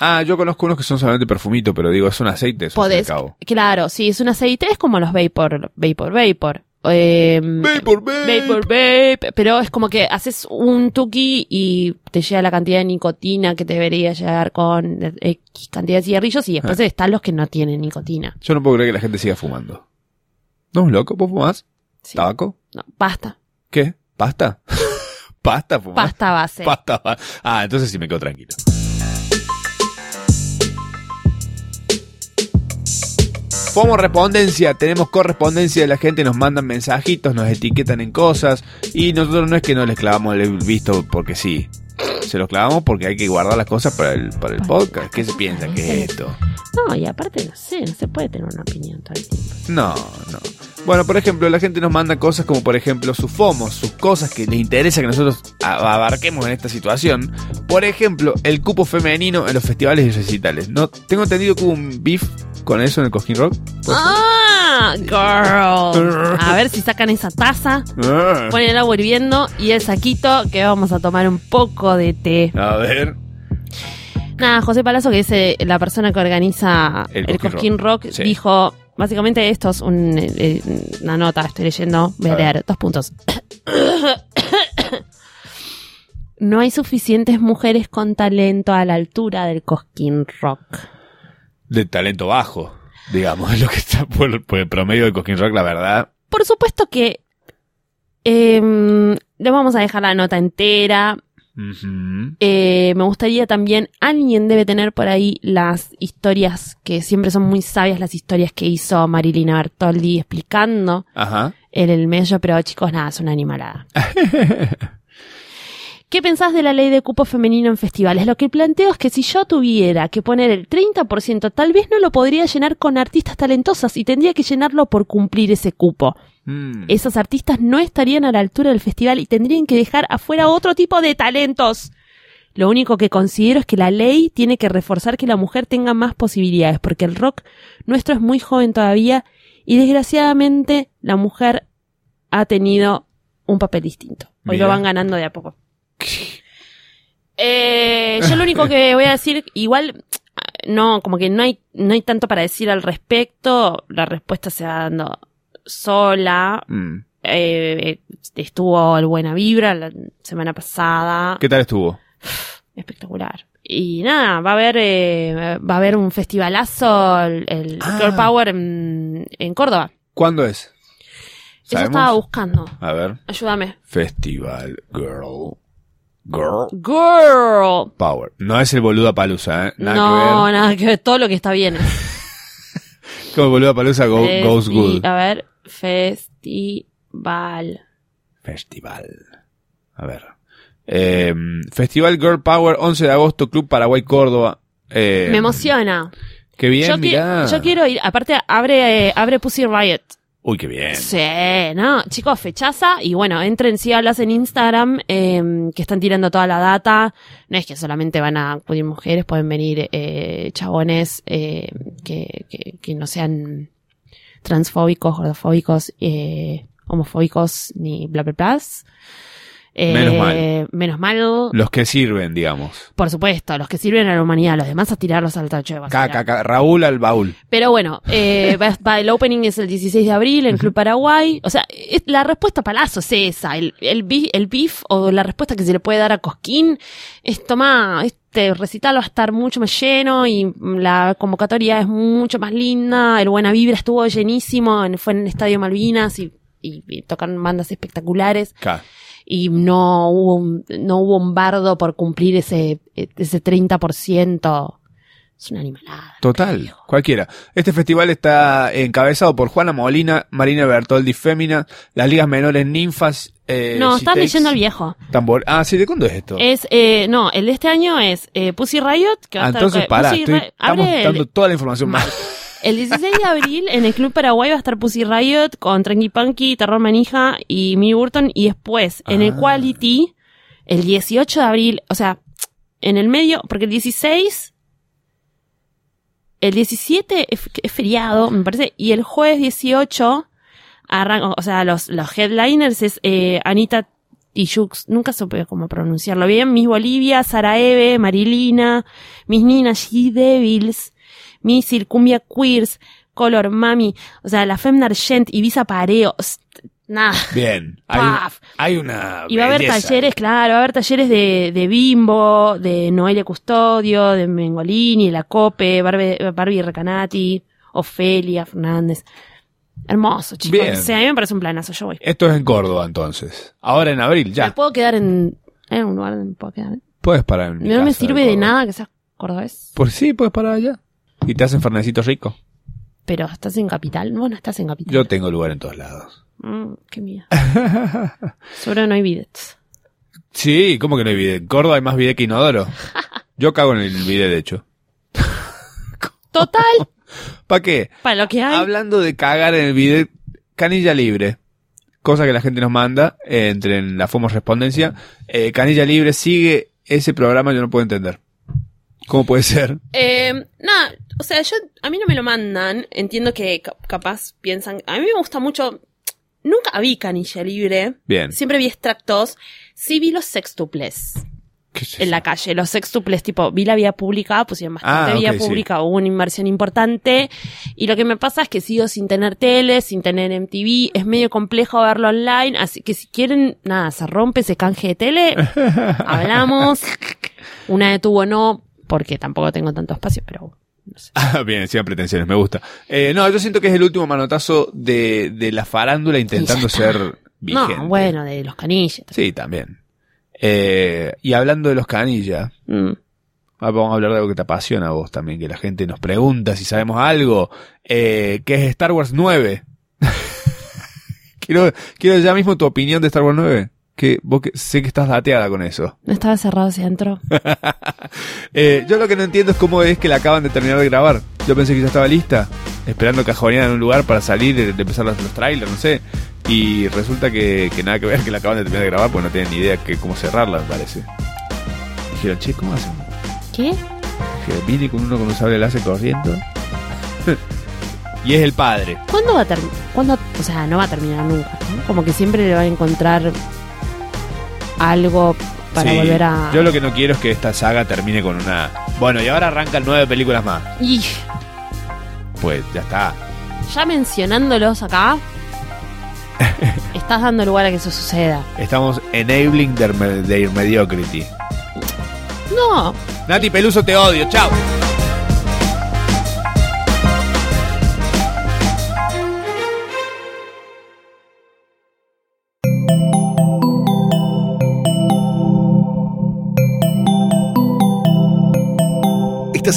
Speaker 2: Ah, yo conozco unos que son solamente perfumito, pero digo, es un aceite, eso al fin y al
Speaker 3: Podés,
Speaker 2: cabo.
Speaker 3: claro, sí, es un aceite, es como los vapor, vapor, vapor. eh,
Speaker 2: Vapor vape.
Speaker 3: Vapor Vape, pero es como que haces un tuki y te llega la cantidad de nicotina que te debería llegar con X cantidad de cigarrillos y
Speaker 2: Ah.
Speaker 3: después están los que no tienen nicotina.
Speaker 2: Yo no puedo creer que la gente siga fumando. ¿No es loco? ¿Vos fumás?
Speaker 3: Sí.
Speaker 2: ¿Tabaco?
Speaker 3: No, pasta,
Speaker 2: ¿Qué? ¿Pasta? ¿Pasta fumás?
Speaker 3: pasta base.
Speaker 2: Pasta. va- Ah, entonces sí me quedo tranquilo. Como respondencia, tenemos correspondencia de la gente, nos mandan mensajitos, nos etiquetan en cosas y nosotros no es que no les clavamos el visto porque sí. Se los clavamos porque hay que guardar las cosas para el, para el podcast. ¿Qué se piensa que es esto?
Speaker 3: No, y aparte, no sé, no se puede tener una opinión todo el tiempo.
Speaker 2: No, no. Bueno, por ejemplo, la gente nos manda cosas como, por ejemplo, sus FOMOS, sus cosas que les interesa que nosotros a- abarquemos en esta situación. Por ejemplo, el cupo femenino en los festivales y recitales. No, tengo entendido que hubo un beef con eso en el Cojín Rock.
Speaker 3: ¡Ah! Girl. A ver si sacan esa taza,
Speaker 2: Eh,
Speaker 3: ponen el agua hirviendo y el saquito que vamos a tomar un poco de té.
Speaker 2: A ver.
Speaker 3: Nada, José Palazzo, que es eh, la persona que organiza
Speaker 2: El
Speaker 3: el,
Speaker 2: Cosquín
Speaker 3: Cosquín Rock,
Speaker 2: Sí.
Speaker 3: dijo, básicamente esto es un, eh, eh, una nota, estoy leyendo, voy a,
Speaker 2: A ver.
Speaker 3: leer, dos puntos. no hay suficientes mujeres con talento a la altura del Cosquín Rock.
Speaker 2: De talento bajo, digamos, es lo que está por, por el promedio del Cojín Rock, la verdad.
Speaker 3: Por supuesto que eh, le vamos a dejar la nota entera.
Speaker 2: Ujú.
Speaker 3: Eh, me gustaría también, alguien debe tener por ahí las historias, que siempre son muy sabias las historias que hizo Marilina Bertoldi explicando
Speaker 2: Ajá.
Speaker 3: el, el mello, pero chicos, nada, es una animalada. ¿Qué pensás de la ley de cupo femenino en festivales? Lo que planteo es que si yo tuviera que poner el 30%, tal vez no lo podría llenar con artistas talentosas y tendría que llenarlo por cumplir ese cupo.
Speaker 2: Mm.
Speaker 3: Esos artistas no estarían a la altura del festival y tendrían que dejar afuera otro tipo de talentos. Lo único que considero es que la ley tiene que reforzar que la mujer tenga más posibilidades, porque el rock nuestro es muy joven todavía y desgraciadamente la mujer ha tenido un papel distinto. Hoy
Speaker 2: Mira.
Speaker 3: lo van ganando de a poco. Eh, yo lo único que voy a decir, igual, no, como que no hay, no hay tanto para decir al respecto, la respuesta se va dando sola,
Speaker 2: Mm.
Speaker 3: eh, eh, estuvo el Buena Vibra la semana pasada.
Speaker 2: ¿Qué tal estuvo?
Speaker 3: Espectacular. Y nada, va a haber, eh, va a haber un festivalazo, el, el
Speaker 2: Ah.
Speaker 3: Girl Power en, en Córdoba.
Speaker 2: ¿Cuándo es?
Speaker 3: Eso
Speaker 2: ¿Sabemos?
Speaker 3: estaba buscando.
Speaker 2: A ver.
Speaker 3: Ayúdame.
Speaker 2: Festival Girl. Girl
Speaker 3: Girl.
Speaker 2: Power. No es el boludo palusa, ¿eh? Nada que
Speaker 3: no,
Speaker 2: ver.
Speaker 3: nada que ver. Todo lo que está bien.
Speaker 2: Como el boludo palusa go,
Speaker 3: Festi- ah.
Speaker 2: goes good.
Speaker 3: A ver, festival.
Speaker 2: Festival. A ver. Eh, Festival Girl Power, 11 de agosto, Club Paraguay, Córdoba. Eh,
Speaker 3: Me emociona.
Speaker 2: Qué bien,
Speaker 3: yo, qui-
Speaker 2: mirá.
Speaker 3: yo quiero ir. Aparte, abre, eh, abre Pussy Riot.
Speaker 2: Uy, qué bien.
Speaker 3: Sí, no, chicos, fechaza y bueno, entren si hablas en Instagram, eh, que están tirando toda la data. No es que solamente van a acudir mujeres, pueden venir eh, chabones eh, que, que, que no sean transfóbicos, gordofóbicos, eh, homofóbicos, ni bla bla bla. Eh,
Speaker 2: Menos mal.
Speaker 3: Menos mal.
Speaker 2: Los que sirven, digamos.
Speaker 3: Por supuesto, los que sirven a la humanidad, los demás a tirarlos al tacho de basura.
Speaker 2: Caca, caca. Raúl al baúl.
Speaker 3: Pero bueno, eh, va- va- el opening es el 16 de abril en Club Paraguay. O sea, es- la respuesta palazo es esa. El, el, bi- el beef o la respuesta que se le puede dar a Cosquín es, toma, este recital va a estar mucho más lleno y la convocatoria es mucho más linda. El Buena Vibra estuvo llenísimo, en- fue en el Estadio Malvinas y, y- y tocaron bandas espectaculares
Speaker 2: Ca.
Speaker 3: y no hubo un, no hubo un bardo por cumplir ese, ese 30%. Es una animalada.
Speaker 2: Total, cualquiera. Este festival está encabezado por Juana Molina, Marina Bertoldi Fémina, las ligas menores Ninfas. Eh,
Speaker 3: No, estás
Speaker 2: Shitex,
Speaker 3: leyendo el viejo.
Speaker 2: Tambor. Ah, sí, ¿de cuándo es esto?
Speaker 3: Es, eh, no, el de este año es eh, Pussy Riot, que va
Speaker 2: Ah,
Speaker 3: a estar...
Speaker 2: entonces,
Speaker 3: eh,
Speaker 2: pará,
Speaker 3: Pussy
Speaker 2: estoy-
Speaker 3: Riot-
Speaker 2: estamos
Speaker 3: abre
Speaker 2: dando
Speaker 3: el,
Speaker 2: toda la información
Speaker 3: Mal.
Speaker 2: mal.
Speaker 3: el 16 de abril en el Club Paraguay va a estar Pussy Riot con Tranqui Punky, Terror Manija y Mini Burton. Y después, en el
Speaker 2: Ah.
Speaker 3: Quality, el 18 de abril, o sea, en el medio, porque el 16... El 17 es, es feriado, me parece, y el jueves 18 arranca, o sea, los, los headliners es eh, Anita Tijoux, nunca supe cómo pronunciarlo bien, Miss Bolivia, Sara Eve, Marilina, Miss Nina, G Devils, Miss Circumbia Queers, Color, Mami, o sea, la Femme d'Argent, Ibiza Pareo, s- nada.
Speaker 2: Bien. Hay,
Speaker 3: Paf.
Speaker 2: hay una.
Speaker 3: Y va a haber
Speaker 2: belleza.
Speaker 3: talleres, claro, va a haber talleres de, de Bimbo, de Noelia Custodio, de Mengolini, La Cope, Barbie, Barbie Recanati, Ofelia Fernández. Hermoso, chicos.
Speaker 2: Bien.
Speaker 3: O sea, a mí me parece un planazo, yo voy.
Speaker 2: Esto es en Córdoba, entonces. Ahora en abril,
Speaker 3: Me
Speaker 2: ya.
Speaker 3: puedo quedar en, en un lugar donde me puedo quedar. ¿eh?
Speaker 2: Puedes parar en mi
Speaker 3: No me
Speaker 2: casa
Speaker 3: sirve
Speaker 2: en
Speaker 3: de
Speaker 2: Córdoba.
Speaker 3: nada que seas cordobés.
Speaker 2: Pues sí, puedes parar allá. Y te hacen fernecito rico.
Speaker 3: Pero estás en capital. Bueno, estás en capital.
Speaker 2: Yo tengo lugar en todos lados.
Speaker 3: Mm, qué miedo. Seguro no hay bidets.
Speaker 2: Sí, ¿cómo que no hay bidet? En Córdoba hay más bidet que inodoro. Yo cago en el bidet, de hecho.
Speaker 3: Total,
Speaker 2: ¿Para qué?
Speaker 3: para lo que hay.
Speaker 2: Hablando de cagar en el bidet, canilla libre. Cosa que la gente nos manda, eh, entre en la FOMO Respondencia. Eh, canilla libre sigue ese programa, yo no puedo entender. ¿Cómo puede ser?
Speaker 3: Eh, nada, o sea, yo a mí no me lo mandan. Entiendo que ca- capaz piensan. A mí me gusta mucho. Nunca vi canilla libre.
Speaker 2: Bien.
Speaker 3: Siempre vi extractos. Sí vi los sextuples
Speaker 2: ¿Qué es
Speaker 3: en la
Speaker 2: eso?
Speaker 3: calle. Los sextuples, tipo, vi la vía pública, pusieron bastante
Speaker 2: Ah, ok,
Speaker 3: vía
Speaker 2: sí.
Speaker 3: pública, hubo una inversión importante. Y lo que me pasa es que sigo sin tener tele, sin tener MTV. Es medio complejo verlo online. Así que si quieren, nada, se rompe ese canje de tele. hablamos. Una de tubo no, porque tampoco tengo tanto espacio, pero no sé.
Speaker 2: Ah, Bien, sin pretensiones, me gusta. Eh, no, yo siento que es el último manotazo de, de la farándula intentando
Speaker 3: Y ya está.
Speaker 2: ser vigente.
Speaker 3: No, bueno, de los canillas.
Speaker 2: Sí, también. Eh, y hablando de los canillas,
Speaker 3: Mm.
Speaker 2: ah, vamos a hablar de algo que te apasiona a vos también, que la gente nos pregunta si sabemos algo, eh, que es Star Wars 9. quiero, quiero ya mismo tu opinión de Star Wars 9. Que vos que- sé que estás dateada con eso.
Speaker 3: No estaba cerrado ese entró.
Speaker 2: Eh, yo lo que no entiendo es cómo es que la acaban de terminar de grabar. Yo pensé que ya estaba lista, esperando que cajonear en un lugar para salir, eh, de empezar los, los trailers, no sé. Y resulta que, que nada que ver, que la acaban de terminar de grabar, pues no tienen ni idea que, cómo cerrarla, me parece. Dijeron, che, ¿cómo hacen?
Speaker 3: ¿Qué?
Speaker 2: Dije, vine con uno con un sable láser corriendo. y es el padre.
Speaker 3: ¿Cuándo va a terminar? ¿Cuándo? O sea, no va a terminar nunca. ¿no? Como que siempre le va a encontrar algo para
Speaker 2: Sí,
Speaker 3: volver a.
Speaker 2: Yo lo que no quiero es que esta saga termine con una... Bueno, y ahora arrancan nueve películas más.
Speaker 3: Y
Speaker 2: Pues ya está.
Speaker 3: ya mencionándolos acá, estás dando lugar a que eso suceda.
Speaker 2: Estamos enabling their, me- their mediocrity.
Speaker 3: No,
Speaker 2: Nati Peluso, te odio. Chao.
Speaker 1: Estás